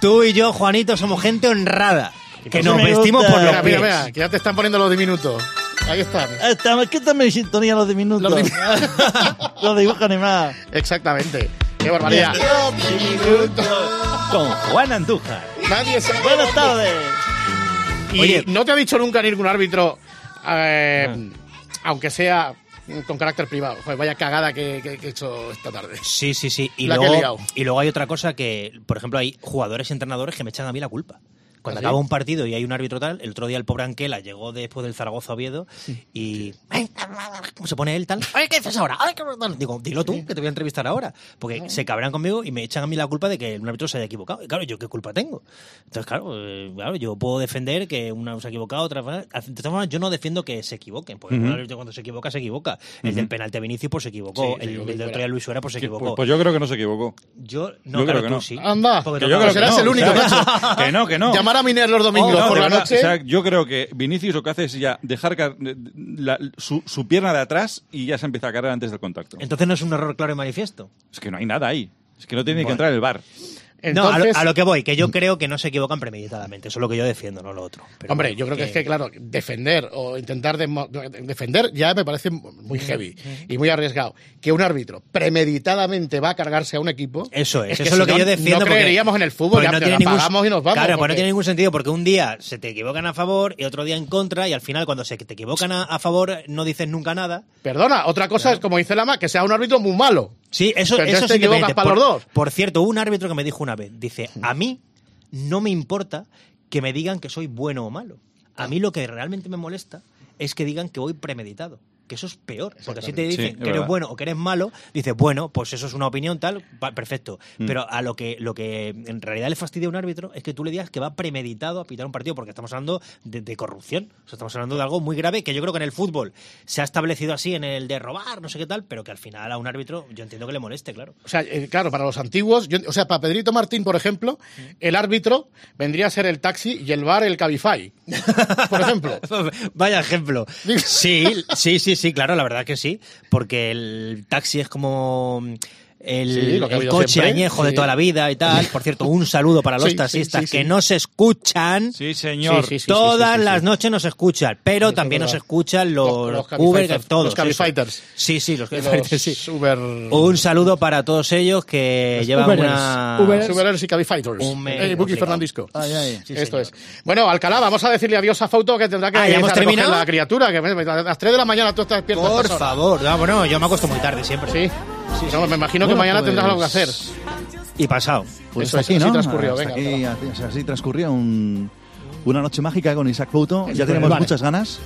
Speaker 7: Tú y yo, Juanito, somos gente honrada. Que
Speaker 4: Eso
Speaker 7: nos
Speaker 4: me
Speaker 7: vestimos
Speaker 4: gusta.
Speaker 7: por los
Speaker 4: Mira, mira,
Speaker 7: pies.
Speaker 4: mira,
Speaker 3: que ya te están poniendo los diminutos. Ahí están.
Speaker 4: Ahí está, es que también en sintonía los diminutos. Los, (laughs) dibujan y más.
Speaker 3: Exactamente. Qué barbaridad.
Speaker 4: Con Juan Andújar.
Speaker 3: Nadie sabe.
Speaker 4: Buenas tardes.
Speaker 3: Y
Speaker 4: Oye.
Speaker 3: no te ha dicho nunca ningún árbitro, eh,
Speaker 7: Ah.
Speaker 3: aunque sea con carácter privado. Joder, vaya cagada que, que- que he hecho esta tarde.
Speaker 7: Sí, sí, sí. Y
Speaker 3: La que he liado.
Speaker 7: luego, y luego hay otra cosa que, por ejemplo, hay jugadores y entrenadores que me echan a mí la culpa. Cuando
Speaker 3: ¿Ah, sí?
Speaker 7: acaba un partido y hay un árbitro tal, el otro día el pobre Anquela llegó después del Zaragoza Oviedo y. "Ay, ¿Cómo se pone él tal? Ay, ¿Qué haces ahora? Ay, qué brutal". Digo, dilo tú, que te voy a entrevistar ahora. Porque se cabrean conmigo y me echan a mí la culpa de que un árbitro se haya equivocado. Y claro, ¿yo qué culpa tengo? Entonces, claro, eh, claro yo puedo defender que una se ha equivocado, otra. De todas formas, yo no defiendo que se equivoquen. Porque
Speaker 4: Ujú.
Speaker 7: un árbitro cuando se equivoca, se equivoca. El
Speaker 4: Ujú.
Speaker 7: del penalti a Vinicius, pues se equivocó.
Speaker 4: Sí, se
Speaker 7: el
Speaker 4: equivocó
Speaker 7: del
Speaker 4: y
Speaker 7: otro
Speaker 4: fuera.
Speaker 7: día Luis Suárez, pues se equivocó.
Speaker 4: Pues, pues yo creo que no se equivocó.
Speaker 7: Yo
Speaker 4: Yo
Speaker 7: no, claro,
Speaker 4: creo que
Speaker 7: tú
Speaker 4: no.
Speaker 7: sí.
Speaker 3: Anda.
Speaker 7: Porque
Speaker 4: Que
Speaker 7: tú
Speaker 4: yo creo que
Speaker 7: serás
Speaker 4: no,
Speaker 7: el único,
Speaker 4: o sea,
Speaker 7: macho.
Speaker 4: (laughs) Que no, que no.
Speaker 3: Llamar a Miner los domingos
Speaker 4: No,
Speaker 3: por
Speaker 4: de
Speaker 3: la
Speaker 4: verdad,
Speaker 3: noche.
Speaker 4: o sea, yo creo que Vinicius lo que hace es ya dejar ca- la- su, su pierna de atrás y ya se empieza a cargar antes del contacto.
Speaker 7: Entonces no es un error claro y manifiesto.
Speaker 4: Es que no hay nada ahí. Es que no tiene ni que
Speaker 7: Bueno.
Speaker 4: entrar en el bar.
Speaker 7: no, a lo-
Speaker 3: Entonces-
Speaker 7: a lo, que voy, que yo creo que no se equivocan premeditadamente. Eso es lo que yo defiendo, no lo otro. Pero
Speaker 3: Hombre,
Speaker 7: bueno,
Speaker 3: yo creo que es que, claro, defender o intentar desmo- defender ya me parece muy heavy y muy arriesgado. Que un árbitro premeditadamente va a cargarse a un equipo.
Speaker 7: Eso es,
Speaker 3: que
Speaker 7: eso
Speaker 3: si
Speaker 7: es lo que
Speaker 3: no-
Speaker 7: yo defiendo.
Speaker 3: No
Speaker 7: porque-
Speaker 3: creeríamos en el fútbol,
Speaker 7: porque
Speaker 3: ya
Speaker 7: no
Speaker 3: te
Speaker 7: tiene
Speaker 3: la
Speaker 7: ningún-
Speaker 3: pagamos y nos vamos.
Speaker 7: Claro, pues no
Speaker 3: porque-
Speaker 7: tiene ningún sentido, porque un día se te equivocan a favor y otro día en contra, y al final, cuando se te equivocan a, a favor, no dices nunca nada.
Speaker 3: Perdona, otra cosa es, como dice Lama, que sea un árbitro muy malo.
Speaker 7: Sí, eso,
Speaker 3: Pero
Speaker 7: eso
Speaker 3: entonces te
Speaker 7: sí que me
Speaker 3: equivocas
Speaker 7: dice.
Speaker 3: para
Speaker 7: por,
Speaker 3: los dos.
Speaker 7: Por cierto, un árbitro que me dijo una vez, dice, a mí no me importa que me digan que soy bueno o malo. A mí lo que realmente me molesta es que digan que voy premeditado. Que eso es peor. Porque si te
Speaker 4: Sí,
Speaker 7: dicen
Speaker 4: es
Speaker 7: que eres
Speaker 4: verdad.
Speaker 7: bueno o que eres malo, dices, bueno, pues eso es una opinión tal, pa- perfecto.
Speaker 4: Mm.
Speaker 7: Pero a lo que, lo que en realidad le fastidia a un árbitro es que tú le digas que va premeditado a pitar un partido, porque estamos hablando de, de corrupción. O sea, estamos hablando de algo muy grave que yo creo que en el fútbol se ha establecido así, en el de robar, no sé qué tal, pero que al final a un árbitro yo entiendo que le moleste, claro.
Speaker 3: O sea, eh, claro, para los antiguos, yo- o sea, para Pedrito Martín, por ejemplo, el árbitro vendría a ser el taxi y el bar el Cabify.
Speaker 7: (laughs)
Speaker 3: Por ejemplo.
Speaker 7: Vaya ejemplo. Sí, sí, sí, sí, claro, la verdad que sí. Porque el taxi es como mm, el,
Speaker 3: Sí, lo que ha
Speaker 7: el
Speaker 3: habido
Speaker 7: coche
Speaker 3: siempre.
Speaker 7: añejo de
Speaker 3: Sí.
Speaker 7: toda la vida y tal. Por cierto, un saludo para los
Speaker 3: Sí, sí,
Speaker 7: taxistas
Speaker 3: sí, sí.
Speaker 7: que no se escuchan.
Speaker 4: Sí, señor.
Speaker 3: Sí, sí, sí,
Speaker 7: Todas
Speaker 3: sí, sí, sí,
Speaker 7: las
Speaker 3: sí.
Speaker 7: noches nos escuchan, pero
Speaker 3: Eso es
Speaker 7: también nos
Speaker 3: verdad.
Speaker 7: escuchan los,
Speaker 3: cabifighters,
Speaker 7: Uber, todos.
Speaker 3: Los
Speaker 7: eso.
Speaker 3: Cabifighters.
Speaker 7: Sí, sí, los
Speaker 3: Y
Speaker 7: Cabifighters,
Speaker 3: los
Speaker 7: sí.
Speaker 3: Uber...
Speaker 7: Un saludo para todos ellos que llevan una...
Speaker 3: Uberers. Uberers y Cabifighters.
Speaker 7: Un mes
Speaker 3: Eh, Buki
Speaker 7: complicado.
Speaker 3: Fernandisco.
Speaker 7: Ay, ay. Sí,
Speaker 3: Esto es. Bueno, Alcalá, vamos a decirle adiós a Fauto que tendrá que
Speaker 7: Ah, ¿ya
Speaker 3: ir a
Speaker 7: hemos
Speaker 3: recoger
Speaker 7: terminado?
Speaker 3: la criatura. Que a las 3 de la mañana tú estás despierto.
Speaker 7: Por favor, no, bueno, yo me acuesto muy tarde siempre.
Speaker 3: Sí. No, me imagino que
Speaker 7: Bueno,
Speaker 3: mañana tendrás algo que
Speaker 7: pues,
Speaker 3: hacer.
Speaker 7: Y pasado.
Speaker 8: Pues
Speaker 3: Eso
Speaker 8: hasta aquí,
Speaker 3: es, así
Speaker 8: ¿no?
Speaker 3: transcurrió,
Speaker 8: Hasta
Speaker 3: venga,
Speaker 8: aquí, así, así transcurrió un- una noche mágica con Isaac Couto. Ya tenemos
Speaker 3: vale.
Speaker 8: muchas ganas.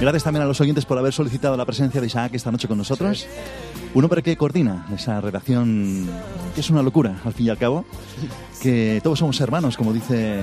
Speaker 8: Gracias también a los oyentes por haber solicitado la presencia de Isaac esta noche con nosotros. Un hombre que coordina esa relación, que es una locura, al fin y al cabo. Que todos somos hermanos, como dice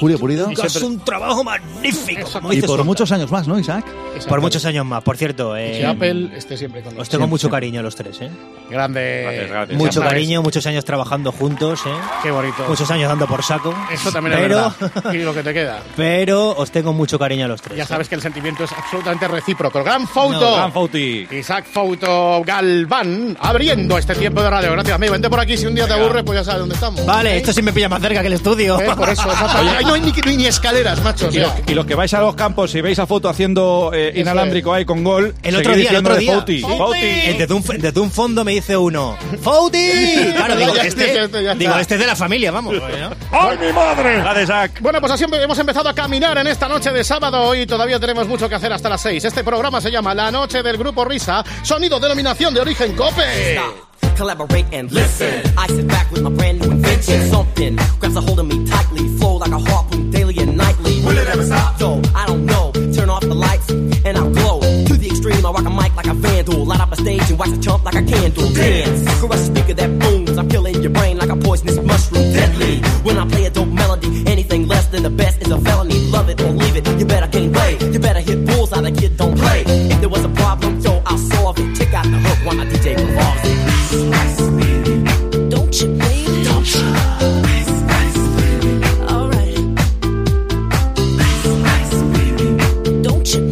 Speaker 8: Julio Purido.
Speaker 7: Nunca Es un trabajo magnífico. como
Speaker 8: Y
Speaker 7: dice
Speaker 8: por
Speaker 7: Sonda.
Speaker 8: muchos años más, ¿no, Isaac?
Speaker 7: Por muchos años más. Por cierto, eh,
Speaker 3: Que Apple esté siempre con
Speaker 7: os
Speaker 3: nosotros.
Speaker 7: tengo mucho
Speaker 8: siempre.
Speaker 7: cariño a los tres. ¿eh?
Speaker 3: Grande.
Speaker 7: Mucho
Speaker 3: Grande.
Speaker 7: cariño, muchos años trabajando juntos. ¿eh?
Speaker 3: Qué bonito.
Speaker 7: Muchos años dando por saco.
Speaker 3: Eso también
Speaker 7: pero,
Speaker 3: es verdad. Y lo que te queda.
Speaker 7: Pero os tengo mucho cariño a los tres.
Speaker 3: Ya
Speaker 7: ¿eh?
Speaker 3: sabes que el sentimiento es absolutamente recíproco. Gran
Speaker 4: No,
Speaker 3: Fauto.
Speaker 4: gran Fauti.
Speaker 3: Isaac Fauto Galván abriendo este tiempo de radio. Gracias, amigo. Vente por aquí. Si un día te aburres, pues ya sabes dónde estamos.
Speaker 7: Vale,
Speaker 3: ¿Eh?
Speaker 7: esto sí me pilla más cerca que el estudio.
Speaker 3: ¿Eh? Por eso. exacto. Ay, no, hay ni, no hay ni escaleras, macho. o
Speaker 4: Y
Speaker 3: sea.
Speaker 4: los, y los que vais a los campos y veis a foto haciendo eh,
Speaker 3: Eso
Speaker 4: inalámbrico ahí con gol,
Speaker 7: El
Speaker 4: seguid
Speaker 7: otro día, el otro
Speaker 4: diciéndole
Speaker 7: día.
Speaker 4: Fauti, Fauti.
Speaker 7: Eh, Desde, un, desde un fondo me dice uno.
Speaker 3: (laughs)
Speaker 7: ¡Fouti! Claro, digo,
Speaker 3: Ya
Speaker 7: este,
Speaker 3: está, ya está.
Speaker 7: digo, este es de la familia, vamos. pues, ¿no?
Speaker 3: ¡Ay, mi madre!
Speaker 4: Gracias, Isaac.
Speaker 3: Bueno, pues así hemos empezado a caminar en esta noche de sábado. Hoy todavía tenemos mucho que hacer hasta las 6. Este programa se llama La Noche del Grupo Risa, sonido denominación de origen COPE.
Speaker 1: Collaborate and listen. I sit back with my brand new invention. Something grabs a hold of me tightly. Flow like a harpoon daily and nightly. Will it ever stop? Yo, I don't know. Turn off the lights and I'll glow. To the extreme, I rock a mic like a vandal. Light up a stage and wax a chump like a candle. Dance. Caress a speaker that booms. I'm killing your brain like a poisonous mushroom. Deadly. When I play a dope melody, anything less than the best is a felony. Love it or leave it. You better gain weight. You better hit bulls out kid. Don't play. If there was a problem, yo, I'll solve it. Check out the hook while my DJ revolves it. Don't you, baby? Don't you? Don't you, baby? Don't you?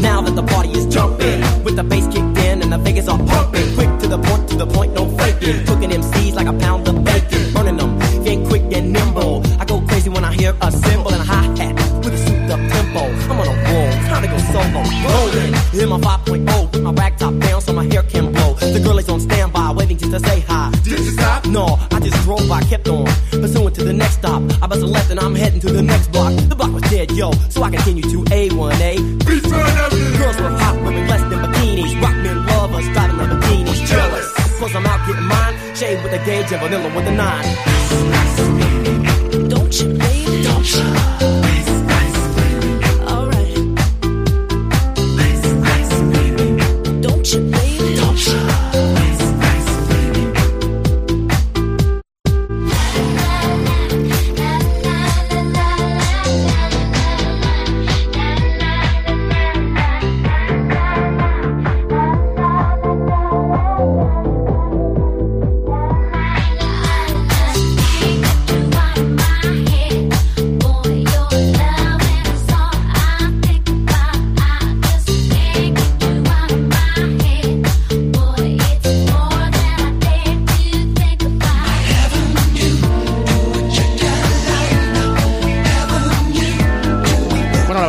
Speaker 1: Now that the party is jumping, with the bass kicked in and the figures are pumping, quick to the point, to the point, no faking. Cooking MCs like a pound of bacon, burning them, getting quick and nimble. I go crazy when I hear a cymbal and a hi hat with a souped up tempo. I'm on a roll, it's time to go solo. Rolling, in my 5.0, with my rag top down so my hair can blow. The girl is on standby, waiting just to say hi. Did you stop? No, I just drove, I kept on pursuing to the next stop. I bust a left and I'm heading to the next block. The block was dead, yo, so I continue to A1A. Girls were hot, women less than bikinis. Rock men love us, driving the bikinis. Jealous. Cause I'm out getting mine. Shade with a gauge and vanilla with a nine. Don't you, baby? Don't you? Don't you, baby? Don't you?
Speaker 2: Boy, you're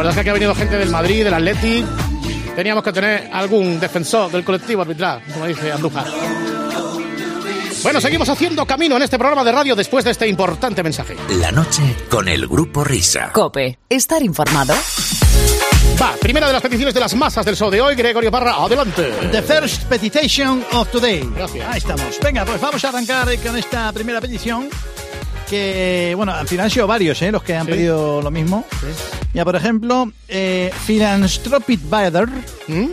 Speaker 3: Fíjate que ha venido gente del Madrid, del Atleti. Teníamos que tener algún defensor del colectivo arbitral, como dice Andújar. Bueno, seguimos haciendo camino en este programa de radio después de este importante mensaje.
Speaker 2: La noche con el grupo Risa.
Speaker 9: Cope, estar informado.
Speaker 3: Va, primera de las peticiones de las masas del show de hoy, Gregorio Parra, adelante.
Speaker 20: The first petition of today.
Speaker 3: Gracias.
Speaker 20: Ahí estamos. Venga, pues vamos a arrancar eh, con esta primera petición. Que, bueno, al final han sido varios, ¿eh? Los que han
Speaker 4: Sí.
Speaker 20: pedido lo mismo. Ya, por ejemplo, eh, Philanthropic Bader,
Speaker 3: ¿Mm?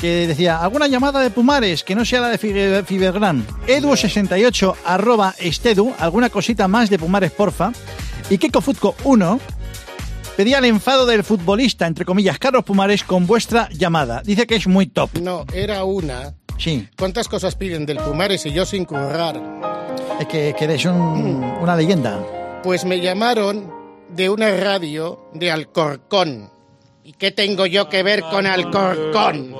Speaker 20: que decía, alguna llamada de Pumares que no sea la de Fibe- Fibergran. Edu68 arroba estedu, alguna cosita más de Pumares, porfa. Y Keko Futco 1 pedía el enfado del futbolista, entre comillas, Carlos Pumares, con vuestra llamada. Dice que es muy top.
Speaker 3: No, era una.
Speaker 20: Sí.
Speaker 3: ¿Cuántas cosas piden del Pumares y yo sin currar? Mm.
Speaker 20: Es que, que eres un- una leyenda.
Speaker 3: Pues me llamaron de una radio de Alcorcón. ¿Y qué tengo yo que ver con Alcorcón?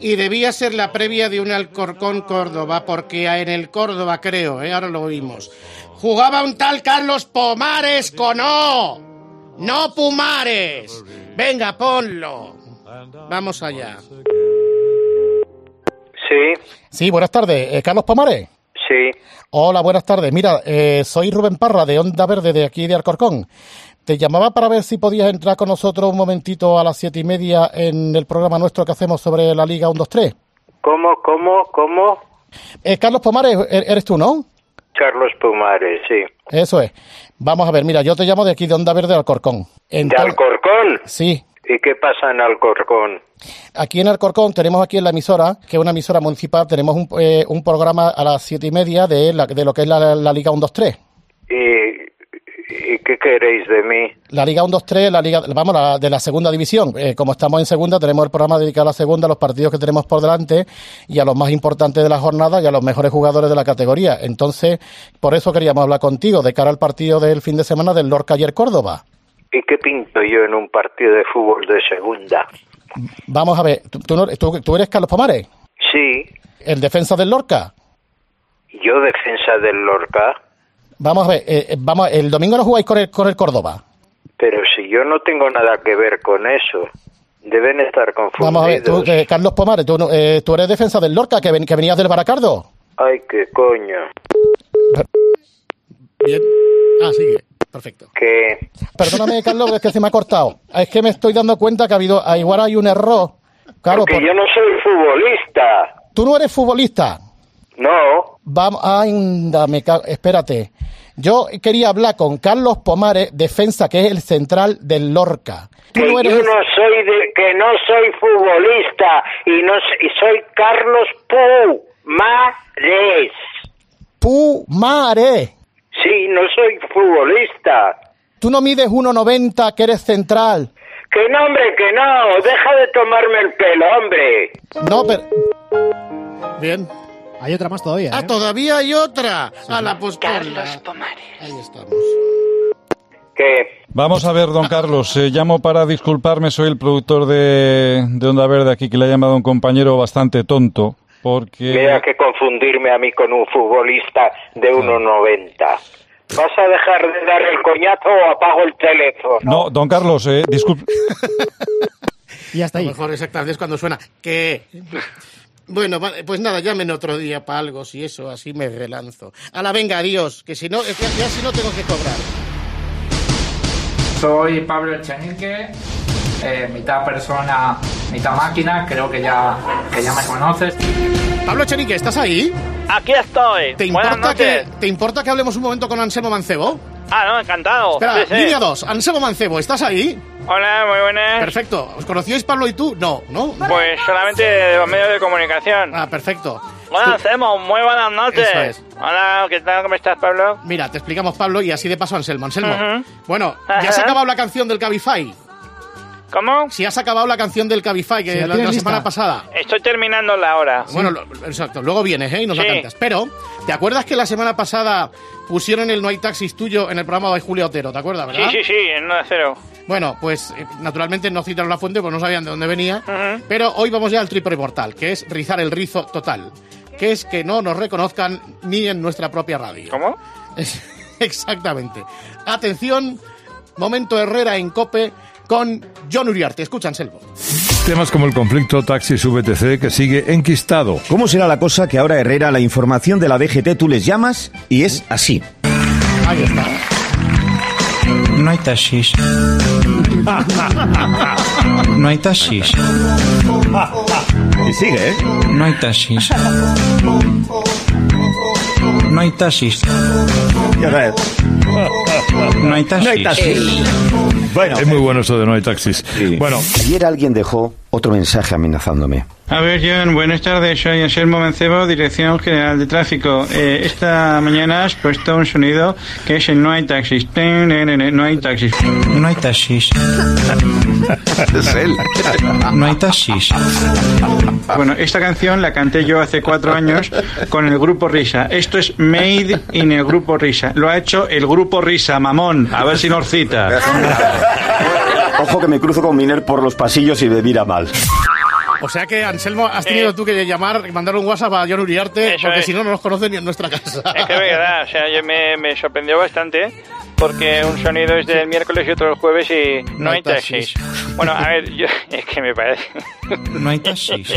Speaker 3: Y debía ser la previa de un Alcorcón Córdoba, porque en el Córdoba creo, ¿eh? ahora lo oímos. Jugaba un tal Carlos Pomares con O. No Pumares. Venga, ponlo. Vamos allá.
Speaker 24: Sí,
Speaker 3: Sí, buenas tardes. Eh, Carlos Pomares.
Speaker 24: sí.
Speaker 3: Hola, buenas tardes. Mira, eh, soy Rubén Parra de Onda Verde de aquí de Alcorcón. Te llamaba para ver si podías entrar con nosotros un momentito a las siete y media en el programa nuestro que hacemos sobre la Liga 1-2-3.
Speaker 24: ¿Cómo, cómo, cómo?
Speaker 3: Eh, Carlos Pomares, e- eres tú, ¿no?
Speaker 24: Carlos Pumares, sí.
Speaker 3: Eso es. Vamos a ver, mira, yo te llamo de aquí de Onda Verde de Alcorcón.
Speaker 24: ¿De
Speaker 3: Entonces-
Speaker 24: Alcorcón?
Speaker 3: Sí,
Speaker 24: ¿Y qué pasa en Alcorcón?
Speaker 3: Aquí en Alcorcón tenemos aquí en la emisora, que es una emisora municipal, tenemos un, eh, un programa a las siete y media de, la- de lo que es la, la Liga 1-2-3.
Speaker 24: ¿Y, y qué queréis de mí?
Speaker 3: La Liga 1-2-3, la Liga, vamos, la de la segunda división. Eh, como estamos en segunda, tenemos el programa dedicado a la segunda, a los partidos que tenemos por delante y a los más importantes de la jornada y a los mejores jugadores de la categoría. Entonces, por eso queríamos hablar contigo de cara al partido del fin de semana del Lorca ayer Córdoba.
Speaker 24: ¿Y qué pinto yo en un partido de fútbol de segunda?
Speaker 3: Vamos a ver, ¿tú, tú no- tú- tú eres Carlos Pomares,
Speaker 24: Sí,
Speaker 3: el defensa del Lorca.
Speaker 24: yo defensa del Lorca,
Speaker 3: Vamos a ver, eh, eh, vamos, el domingo no jugáis con el, con el Córdoba.
Speaker 24: pero si yo no tengo nada que ver con eso, deben estar confundidos.
Speaker 3: Vamos a ver, tú, eh, Carlos Pomares, tú, no- eh, tú eres defensa del Lorca, que, ven- que venías del Baracardo.
Speaker 24: Ay, qué coño.
Speaker 3: Bien. Ah, sigue. Perfecto.
Speaker 24: Que (laughs)
Speaker 3: Perdóname, Carlos, es que se me ha cortado. Es que me estoy dando cuenta que ha habido, ah, igual hay un error. Claro,
Speaker 24: porque
Speaker 3: por-
Speaker 24: yo no soy futbolista.
Speaker 3: tú no eres futbolista.
Speaker 24: No,
Speaker 3: Vamos, anda, me ca- espérate. Yo quería hablar con Carlos Pomares, defensa, que es el central del Lorca. Tú
Speaker 24: que
Speaker 3: no eres
Speaker 24: yo no soy de, que no soy futbolista y no s- y soy Carlos Pumares.
Speaker 3: Pumares.
Speaker 24: Sí, no soy futbolista.
Speaker 3: Tú no mides 1,90, que eres central.
Speaker 24: Que no, hombre, que no. Deja de tomarme el pelo, hombre.
Speaker 3: No, pero... Bien. Hay otra más todavía. Ah, todavía hay otra. A la postura. Carlos Pomares. Ahí estamos.
Speaker 24: Que
Speaker 25: Vamos a ver, don Carlos. eh, llamo para disculparme. Soy el productor de, de Onda Verde aquí que le ha llamado un compañero bastante tonto. Porque.
Speaker 24: mira que confundirme a mí con un futbolista de 1.90. ¿Vas a dejar de dar el coñazo o apago el teléfono?
Speaker 25: No, don Carlos, eh, disculpe.
Speaker 3: Y hasta ahí. A lo mejor exactamente es cuando suena. ¿Qué? Bueno, vale, pues nada, llamen otro día para algo, si eso, así me relanzo. A la venga, adiós, que si no, es que ya si no tengo que cobrar.
Speaker 26: Soy Pablo Echenique, eh, mitad persona, mitad máquina, creo que ya, que ya me conoces.
Speaker 3: Pablo Echenique, ¿estás ahí?
Speaker 27: Aquí estoy.
Speaker 3: ¿Te
Speaker 27: Buenas
Speaker 3: importa, que,
Speaker 27: noches.
Speaker 3: ¿Te importa que hablemos un momento con Anselmo Mancebo?
Speaker 27: Ah, no, encantado.
Speaker 3: Espera,
Speaker 27: Sí, Eh. sí.
Speaker 3: línea 2, Anselmo Mancebo, ¿estás ahí?
Speaker 27: Hola, muy buenas.
Speaker 3: Perfecto, ¿os conocíais Pablo y tú? No, ¿no?
Speaker 27: Pues solamente de los medios de comunicación.
Speaker 3: Ah, perfecto.
Speaker 27: Bueno, hacemos muy buenas noches.
Speaker 3: Eso es.
Speaker 27: Hola, ¿qué tal? ¿Cómo estás, Pablo?
Speaker 3: Mira, te explicamos Pablo y así de paso Anselmo. Anselmo,
Speaker 27: Ujú.
Speaker 3: bueno, ya se
Speaker 27: Ajá.
Speaker 3: ha acabado la canción del Cabify.
Speaker 27: ¿Cómo?
Speaker 3: Si has acabado la canción del Cabify, que
Speaker 27: Sí, la
Speaker 3: la,
Speaker 27: tienes
Speaker 3: la semana
Speaker 27: lista.
Speaker 3: pasada.
Speaker 27: Estoy terminando la hora.
Speaker 3: Bueno, lo- lo- exacto. Luego vienes, ¿eh? Y nos la
Speaker 27: Sí.
Speaker 3: cantas. Pero, ¿te acuerdas que la semana pasada pusieron el No hay taxis tuyo en el programa de Julio Otero? ¿Te acuerdas,
Speaker 27: sí,
Speaker 3: verdad?
Speaker 27: sí, sí, en 1 de 0.
Speaker 3: Bueno, pues eh, naturalmente no citaron la fuente porque no sabían de dónde venía. Pero hoy vamos ya al triple portal, que es rizar el rizo total. Que es que no nos reconozcan ni en nuestra propia radio.
Speaker 27: ¿Cómo?
Speaker 3: (laughs) Exactamente. Atención, momento Herrera en Cope con John Uriarte. Escucha, Anselmo.
Speaker 6: Temas como el conflicto taxis-VTC que sigue enquistado.
Speaker 9: ¿Cómo será la cosa que ahora Herrera la información de la DGT tú les llamas y es así?
Speaker 3: Ahí está.
Speaker 14: No hay taxis. No hay taxis.
Speaker 9: Y sigue, ¿eh?
Speaker 14: No hay taxis. No hay taxis. (laughs) No hay taxis.
Speaker 9: No hay taxis.
Speaker 6: es muy bueno eso de no hay taxis. Bueno,
Speaker 9: Ayer alguien dejó otro mensaje amenazándome.
Speaker 15: A ver, John, buenas tardes. Soy Anselmo Mancebo, Dirección General de Tráfico. Eh, esta mañana has puesto un sonido que es el no hay taxis. Ten, ne, ne, ne, No hay taxis.
Speaker 14: No hay taxis.
Speaker 15: (laughs) Es él.
Speaker 14: (laughs) No hay taxis.
Speaker 15: Bueno, esta canción la canté yo hace cuatro años con el grupo Risa. Esto es Made in el grupo Risa. Lo ha hecho el grupo Risa, mamón. A ver si nos cita.
Speaker 9: Ojo que me cruzo con Miner por los pasillos y me mira mal.
Speaker 3: O sea que, Anselmo, has tenido tú que llamar, mandar un WhatsApp a John Uriarte, porque
Speaker 27: Eh. es.
Speaker 3: si no, no nos conoce ni en
Speaker 27: (laughs)
Speaker 3: nuestra casa.
Speaker 27: Es que es verdad, o sea, yo me, me sorprendió bastante porque un sonido es del miércoles y otro el jueves y no,
Speaker 14: No hay
Speaker 27: hay taxis. Bueno, a ver, yo, (laughs) es que me parece.
Speaker 14: No hay taxis.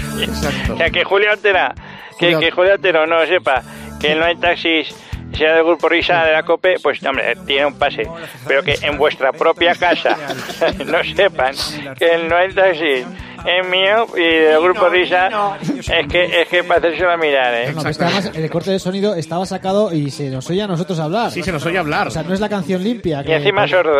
Speaker 27: O sea, (laughs) que Julio Altera, que,
Speaker 14: Julio-
Speaker 27: que Julio Altero no sepa que no hay taxis sea del grupo Risa de la COPE, pues hombre, tiene un pase. Pero que en vuestra propia casa (laughs) no sepan que el no hay taxis es mío y del grupo Risa es que, es que para hacérselo mirar, ¿eh?
Speaker 21: No, pero es que además el corte de sonido estaba sacado y se nos oye a nosotros hablar. Sí, se
Speaker 3: nos oye hablar.
Speaker 21: O sea, no es la canción limpia.
Speaker 27: Y encima sordo.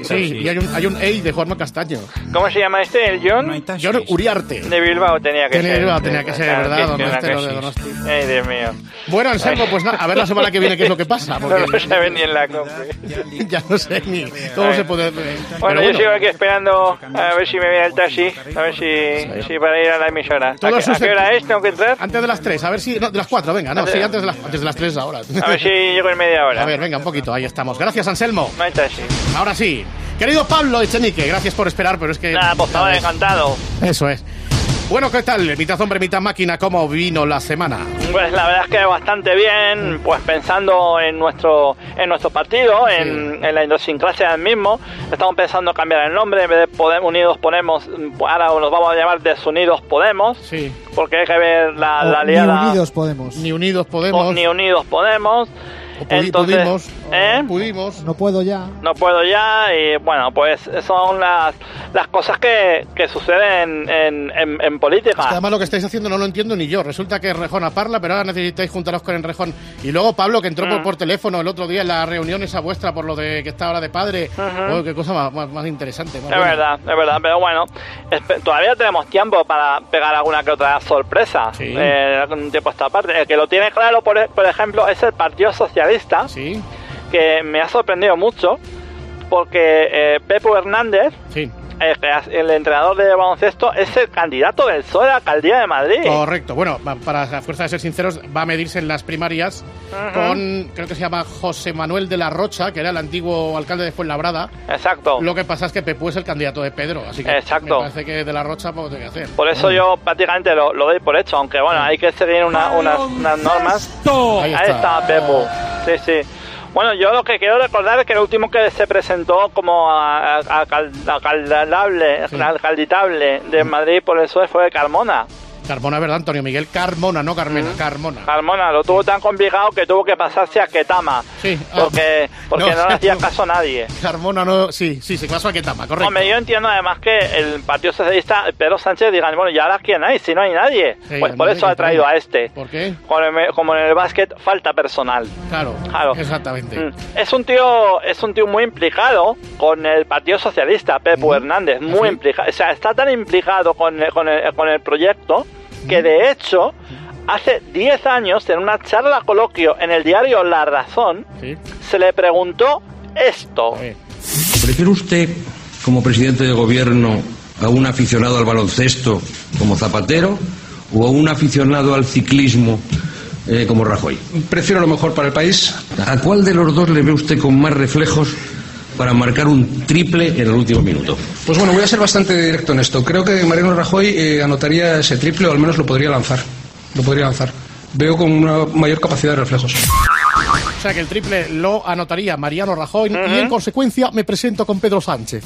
Speaker 3: (laughs) Sí, y hay un, hay un EI de Juanma Castaño.
Speaker 27: ¿Cómo se llama este? ¿El John?
Speaker 3: John Uriarte.
Speaker 27: De Bilbao tenía que
Speaker 3: De
Speaker 27: ser.
Speaker 3: Bilbao tenía que ser,
Speaker 27: Ah,
Speaker 3: ¿verdad?
Speaker 27: que-
Speaker 3: Don
Speaker 27: que una
Speaker 3: Estero de
Speaker 27: crisis.
Speaker 3: Donosti.
Speaker 27: Ay, Dios mío.
Speaker 3: Bueno, Anselmo, pues nada, a ver la semana que viene qué es lo que pasa,
Speaker 27: (laughs) No pues
Speaker 3: porque-
Speaker 27: lo saben ni en la COPE.
Speaker 3: (laughs) ya no sé ni cómo se puede.
Speaker 27: Bueno,
Speaker 3: Pero
Speaker 27: yo sigo aquí esperando a ver si me viene el taxi, a ver si, si para ir a la emisora. ¿A qué,
Speaker 3: Todos
Speaker 27: a
Speaker 3: sus-
Speaker 27: qué hora es? ¿Tengo que entrar?
Speaker 3: Antes de las 3, a ver si. No, de las 4, venga, no,
Speaker 27: Antes
Speaker 3: sí,
Speaker 27: de-
Speaker 3: antes de las, antes de las 3 ahora.
Speaker 27: A ver si llego en media hora.
Speaker 3: A ver, venga, un poquito, ahí estamos. Gracias, Anselmo.
Speaker 27: No hay taxi.
Speaker 3: Ahora sí. Querido Pablo Echenique, gracias por esperar, pero es que.
Speaker 27: Nada, por favor, encantado.
Speaker 3: Eso es. Bueno, ¿qué tal? Mitad hombre, mitad máquina, ¿cómo vino la semana?
Speaker 27: Pues la verdad es que bastante bien, pues pensando en nuestro en nuestro partido, en, en la idiosincrasia del mismo, estamos pensando en cambiar el nombre, en vez de Podemos Unidos Ponemos, ahora nos vamos a llamar Desunidos Podemos, porque hay que ver la, la liada.
Speaker 21: Ni unidos podemos.
Speaker 3: Ni unidos
Speaker 27: O ni Unidos Podemos. Entonces,
Speaker 21: pudimos,
Speaker 27: ¿eh?
Speaker 21: No puedo ya.
Speaker 27: No puedo ya y bueno, pues son las, las cosas que, que suceden en, en, en política.
Speaker 3: Es que además lo que estáis haciendo no lo entiendo ni yo. Resulta que Rejón parla, pero ahora necesitáis juntaros con el Rejón. Y luego Pablo, que
Speaker 27: Mm.
Speaker 3: entró por, por teléfono el otro día en la reunión esa vuestra por lo de que está ahora de padre. Oh, qué cosa más, más- más interesante. más
Speaker 27: Es
Speaker 3: buena.
Speaker 27: verdad, es verdad, pero bueno, espe- todavía tenemos tiempo para pegar alguna que otra sorpresa. Eh, un tiempo a esta parte. El que lo tiene claro, por, e- por ejemplo, es el Partido Socialista, que me ha sorprendido mucho, porque eh, Pepo Hernández, eh, que es el entrenador de baloncesto, es el candidato del PSOE a la alcaldía de Madrid.
Speaker 3: Correcto. Bueno, va- para la fuerza de ser sinceros, va a medirse en las primarias
Speaker 27: Ajá.
Speaker 3: con, creo que se llama José Manuel de la Rocha, que era el antiguo alcalde de Fuenlabrada.
Speaker 27: Exacto.
Speaker 3: Lo que pasa es que Pepú es el candidato de Pedro, así que
Speaker 27: Exacto.
Speaker 3: me parece que de la Rocha poco tiene que hacer.
Speaker 27: Por eso yo prácticamente lo, lo doy por hecho, aunque bueno, hay que seguir una- unas, unas normas. Ahí
Speaker 3: está.
Speaker 27: está, Pepo. Sí, sí. Bueno, yo lo que quiero recordar es que el último que se presentó como a- a- alcal- alcaldable, alcalditable de Madrid por el PSOE fue Carmona.
Speaker 3: Mm.
Speaker 27: Mm.
Speaker 3: Carmona, ¿verdad, Antonio Miguel? Carmona, no Carmena, Carmona.
Speaker 27: Carmona lo tuvo tan complicado que tuvo que pasarse a Ketama. Porque, porque
Speaker 3: ah. (laughs) No,
Speaker 27: no, le hacía caso a nadie.
Speaker 3: Carmona no, sí, sí, se pasó a Ketama, correcto.
Speaker 27: Hombre, yo entiendo además que el Partido Socialista, Pedro Sánchez, digan, bueno, ¿y ahora quién hay? Si no hay nadie.
Speaker 3: Sí,
Speaker 27: pues por
Speaker 3: nadie
Speaker 27: eso
Speaker 3: que
Speaker 27: ha traído
Speaker 3: traiga.
Speaker 27: a este.
Speaker 3: ¿Por qué?
Speaker 27: Como en el- como en el básquet, falta personal.
Speaker 3: Claro,
Speaker 27: Claro.
Speaker 3: exactamente.
Speaker 27: Mm. Es un tío, es un tío muy implicado con el Partido Socialista, Pepo
Speaker 3: ¿Ah,
Speaker 27: Hernández, muy implicado. O sea, está tan implicado con el, con el- con el proyecto que de hecho hace 10 años en una charla coloquio en el diario La Razón se le preguntó esto.
Speaker 17: ¿Prefiere usted, como presidente de gobierno, a un aficionado al baloncesto como Zapatero o a un aficionado al ciclismo eh, como Rajoy? ¿Prefiero lo mejor para el país? ¿A cuál de los dos le ve usted con más reflejos para marcar un triple en el último minuto?
Speaker 18: Pues bueno, voy a ser bastante directo en esto. Creo que Mariano Rajoy eh, anotaría ese triple o al menos lo podría lanzar. Lo podría lanzar. Veo con una mayor capacidad de reflejos.
Speaker 3: O sea que el triple lo anotaría Mariano Rajoy y en consecuencia me presento con Pedro Sánchez.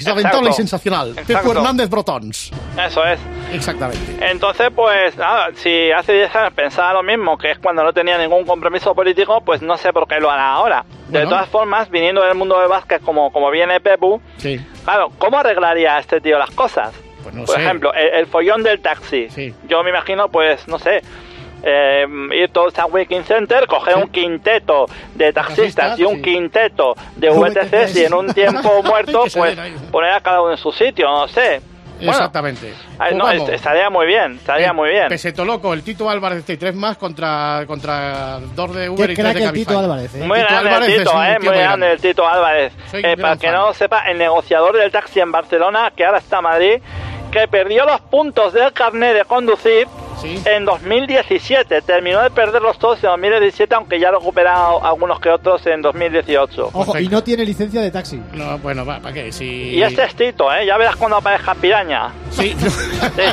Speaker 3: Saventola y sensacional. Pepo
Speaker 27: Exacto.
Speaker 3: Hernández Brotons.
Speaker 27: Eso es.
Speaker 3: Exactamente.
Speaker 27: Entonces, pues, nada, si hace 10 años pensaba lo mismo, que es cuando no tenía ningún compromiso político, pues no sé por qué lo hará ahora. De
Speaker 5: Bueno.
Speaker 27: todas formas, viniendo del mundo de básquet como, como viene Pepu,
Speaker 3: Sí.
Speaker 27: claro, ¿cómo arreglaría este tío las cosas?
Speaker 3: Pues no
Speaker 27: Por
Speaker 3: sé.
Speaker 27: ejemplo, el, el follón del taxi. Yo me imagino, pues, no sé, eh, ir todos a Wiking Center, coger un quinteto de taxistas y un quinteto de VTCs y en un
Speaker 3: (laughs)
Speaker 27: tiempo muerto, pues, poner a cada uno en su sitio, no sé. Bueno,
Speaker 3: Exactamente.
Speaker 27: Ah,
Speaker 3: Pues
Speaker 27: no,
Speaker 3: vamos.
Speaker 27: est- estaría muy bien,
Speaker 3: Eh,
Speaker 27: estaría muy bien.
Speaker 3: Peseto loco, el Tito Álvarez de 3 más contra, contra dos de Uber y tres de Cabify.
Speaker 21: eh.
Speaker 27: Muy grande el
Speaker 3: Álvarez es
Speaker 27: Tito,
Speaker 3: un
Speaker 27: eh,
Speaker 3: tío
Speaker 27: muy grande el Tito Álvarez.
Speaker 3: Soy
Speaker 27: Eh,
Speaker 3: gran
Speaker 27: para que
Speaker 3: fan.
Speaker 27: no lo sepa, el negociador del taxi en Barcelona, que ahora está en Madrid, que perdió los puntos del carnet de conducir en 2017. Terminó de perderlos todos en 2017, aunque ya recuperado algunos que otros en 2018.
Speaker 21: Ojo, y no tiene licencia de taxi.
Speaker 3: No, bueno, va, ¿para qué? Si...
Speaker 27: Y este es Tito, ¿eh? Ya verás cuando aparezca Piraña.
Speaker 3: Sí.
Speaker 27: (laughs)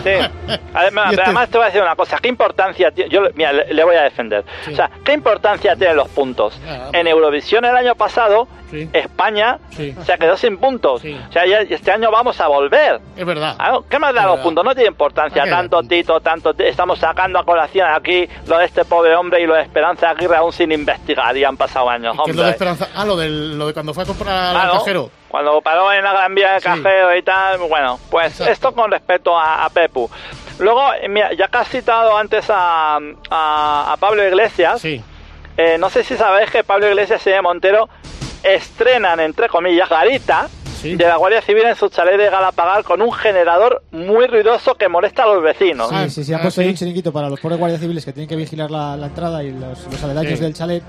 Speaker 27: sí,
Speaker 3: (laughs)
Speaker 27: Además,
Speaker 3: Y este-
Speaker 27: además te voy a decir una cosa. ¿Qué importancia tiene...? Yo, mira, le, le voy a defender. O sea, ¿qué importancia tienen los puntos? En Eurovisión el año pasado, España
Speaker 3: Sí.
Speaker 27: se quedó sin puntos. O sea, ya- este año vamos a volver.
Speaker 3: Es verdad.
Speaker 27: Ah, ¿Qué más da los
Speaker 3: verdad.
Speaker 27: puntos? No tiene importancia.
Speaker 3: ¿Para qué?
Speaker 27: Tanto Tito, tanto... Ti- Estamos sacando a colación aquí lo de este pobre hombre y lo de Esperanza Aguirre aún sin investigar y han pasado años,
Speaker 3: Que es lo
Speaker 27: hombre.
Speaker 3: de Esperanza. Ah, lo, del, lo de cuando fue a comprar
Speaker 27: Ah,
Speaker 3: al
Speaker 27: ¿no?
Speaker 3: cajero.
Speaker 27: Cuando paró en la gran vía de cajero y tal, bueno, pues esto con respecto a, a Pepu. Luego, eh, mira, ya que has citado antes a, a- a Pablo Iglesias, eh, no sé si sabéis que Pablo Iglesias y Irene Montero estrenan, entre comillas, garita de la Guardia Civil en su chalet de Galapagar con un generador muy ruidoso que molesta a los vecinos.
Speaker 21: Sí, sí,
Speaker 3: Ah,
Speaker 21: sí, ha puesto ahí un chiringuito para los pobres guardias civiles que tienen que vigilar la, la entrada y los, los aledaños
Speaker 27: Sí.
Speaker 21: del chalet.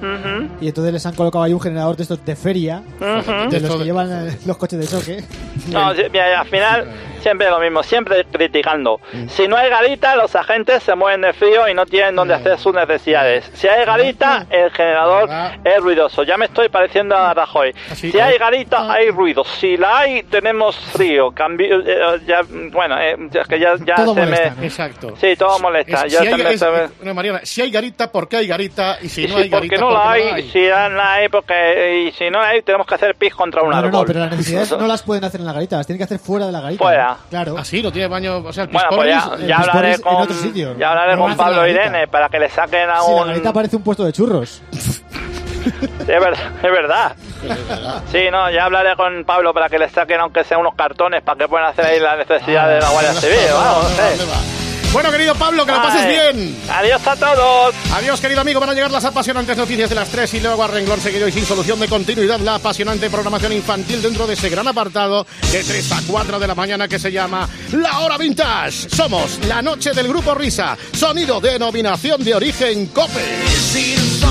Speaker 21: Y entonces les han colocado ahí un generador de estos de feria,
Speaker 27: Ujú.
Speaker 21: de
Speaker 27: De
Speaker 21: los
Speaker 27: estos
Speaker 21: que
Speaker 27: de-
Speaker 21: llevan eh, los coches de choque.
Speaker 27: No, sí, mira, al final siempre lo mismo, siempre criticando. Si no hay garita, los agentes se mueven de frío y no tienen donde hacer sus necesidades. Si hay garita, el generador es ruidoso. Ya me estoy pareciendo a Rajoy. Si hay garita, hay ruido. Si la hay, tenemos frío. Cambio, eh, ya, bueno, eh, es que ya, ya
Speaker 3: Todo
Speaker 27: se
Speaker 3: molesta,
Speaker 27: me...
Speaker 3: Exacto.
Speaker 27: Sí, todo molesta.
Speaker 3: Es-
Speaker 27: ya
Speaker 3: si, hay,
Speaker 27: se me-
Speaker 3: es-
Speaker 27: se me-
Speaker 3: no, Mariana, si hay garita, ¿por qué hay garita?
Speaker 27: (laughs)
Speaker 3: Y si
Speaker 27: Y
Speaker 3: no
Speaker 27: si
Speaker 3: hay garita,
Speaker 27: porque no
Speaker 3: ¿por
Speaker 27: la
Speaker 3: qué
Speaker 27: hay, si no la hay, porque y si no la hay, tenemos que hacer pis contra un
Speaker 21: No, no,
Speaker 27: árbol.
Speaker 21: no, pero las necesidades no las pueden hacer en la garita, las tienen que hacer fuera de la garita.
Speaker 27: Fuera.
Speaker 21: Claro.
Speaker 3: Así, no tiene baño. O sea, el
Speaker 27: Bueno, pues ya,
Speaker 21: El
Speaker 27: ya hablaré
Speaker 21: Pisporris en
Speaker 27: con,
Speaker 21: otro sitio.
Speaker 27: ya hablaré
Speaker 21: No
Speaker 27: con
Speaker 21: hace la
Speaker 27: Pablo
Speaker 21: garita.
Speaker 27: Irene para que le saquen a
Speaker 21: Sí, la
Speaker 27: un...
Speaker 21: garita parece un puesto de churros.
Speaker 27: Es verdad, es verdad. Sí, no, ya hablaré con Pablo para que le saquen aunque sea unos cartones para que puedan hacer ahí la necesidad de la Guardia Civil. vamos, no sé.
Speaker 3: Bueno, querido Pablo, que lo pases
Speaker 27: Ay.
Speaker 3: bien.
Speaker 27: Adiós a todos.
Speaker 3: Adiós, querido amigo. Van a llegar las apasionantes noticias de las 3 y luego a renglón seguido y sin solución de continuidad la apasionante programación infantil dentro de ese gran apartado de 3 a 4 de la mañana que se llama La Hora Vintage. Somos la noche del grupo Risa. Sonido, denominación de origen COPE.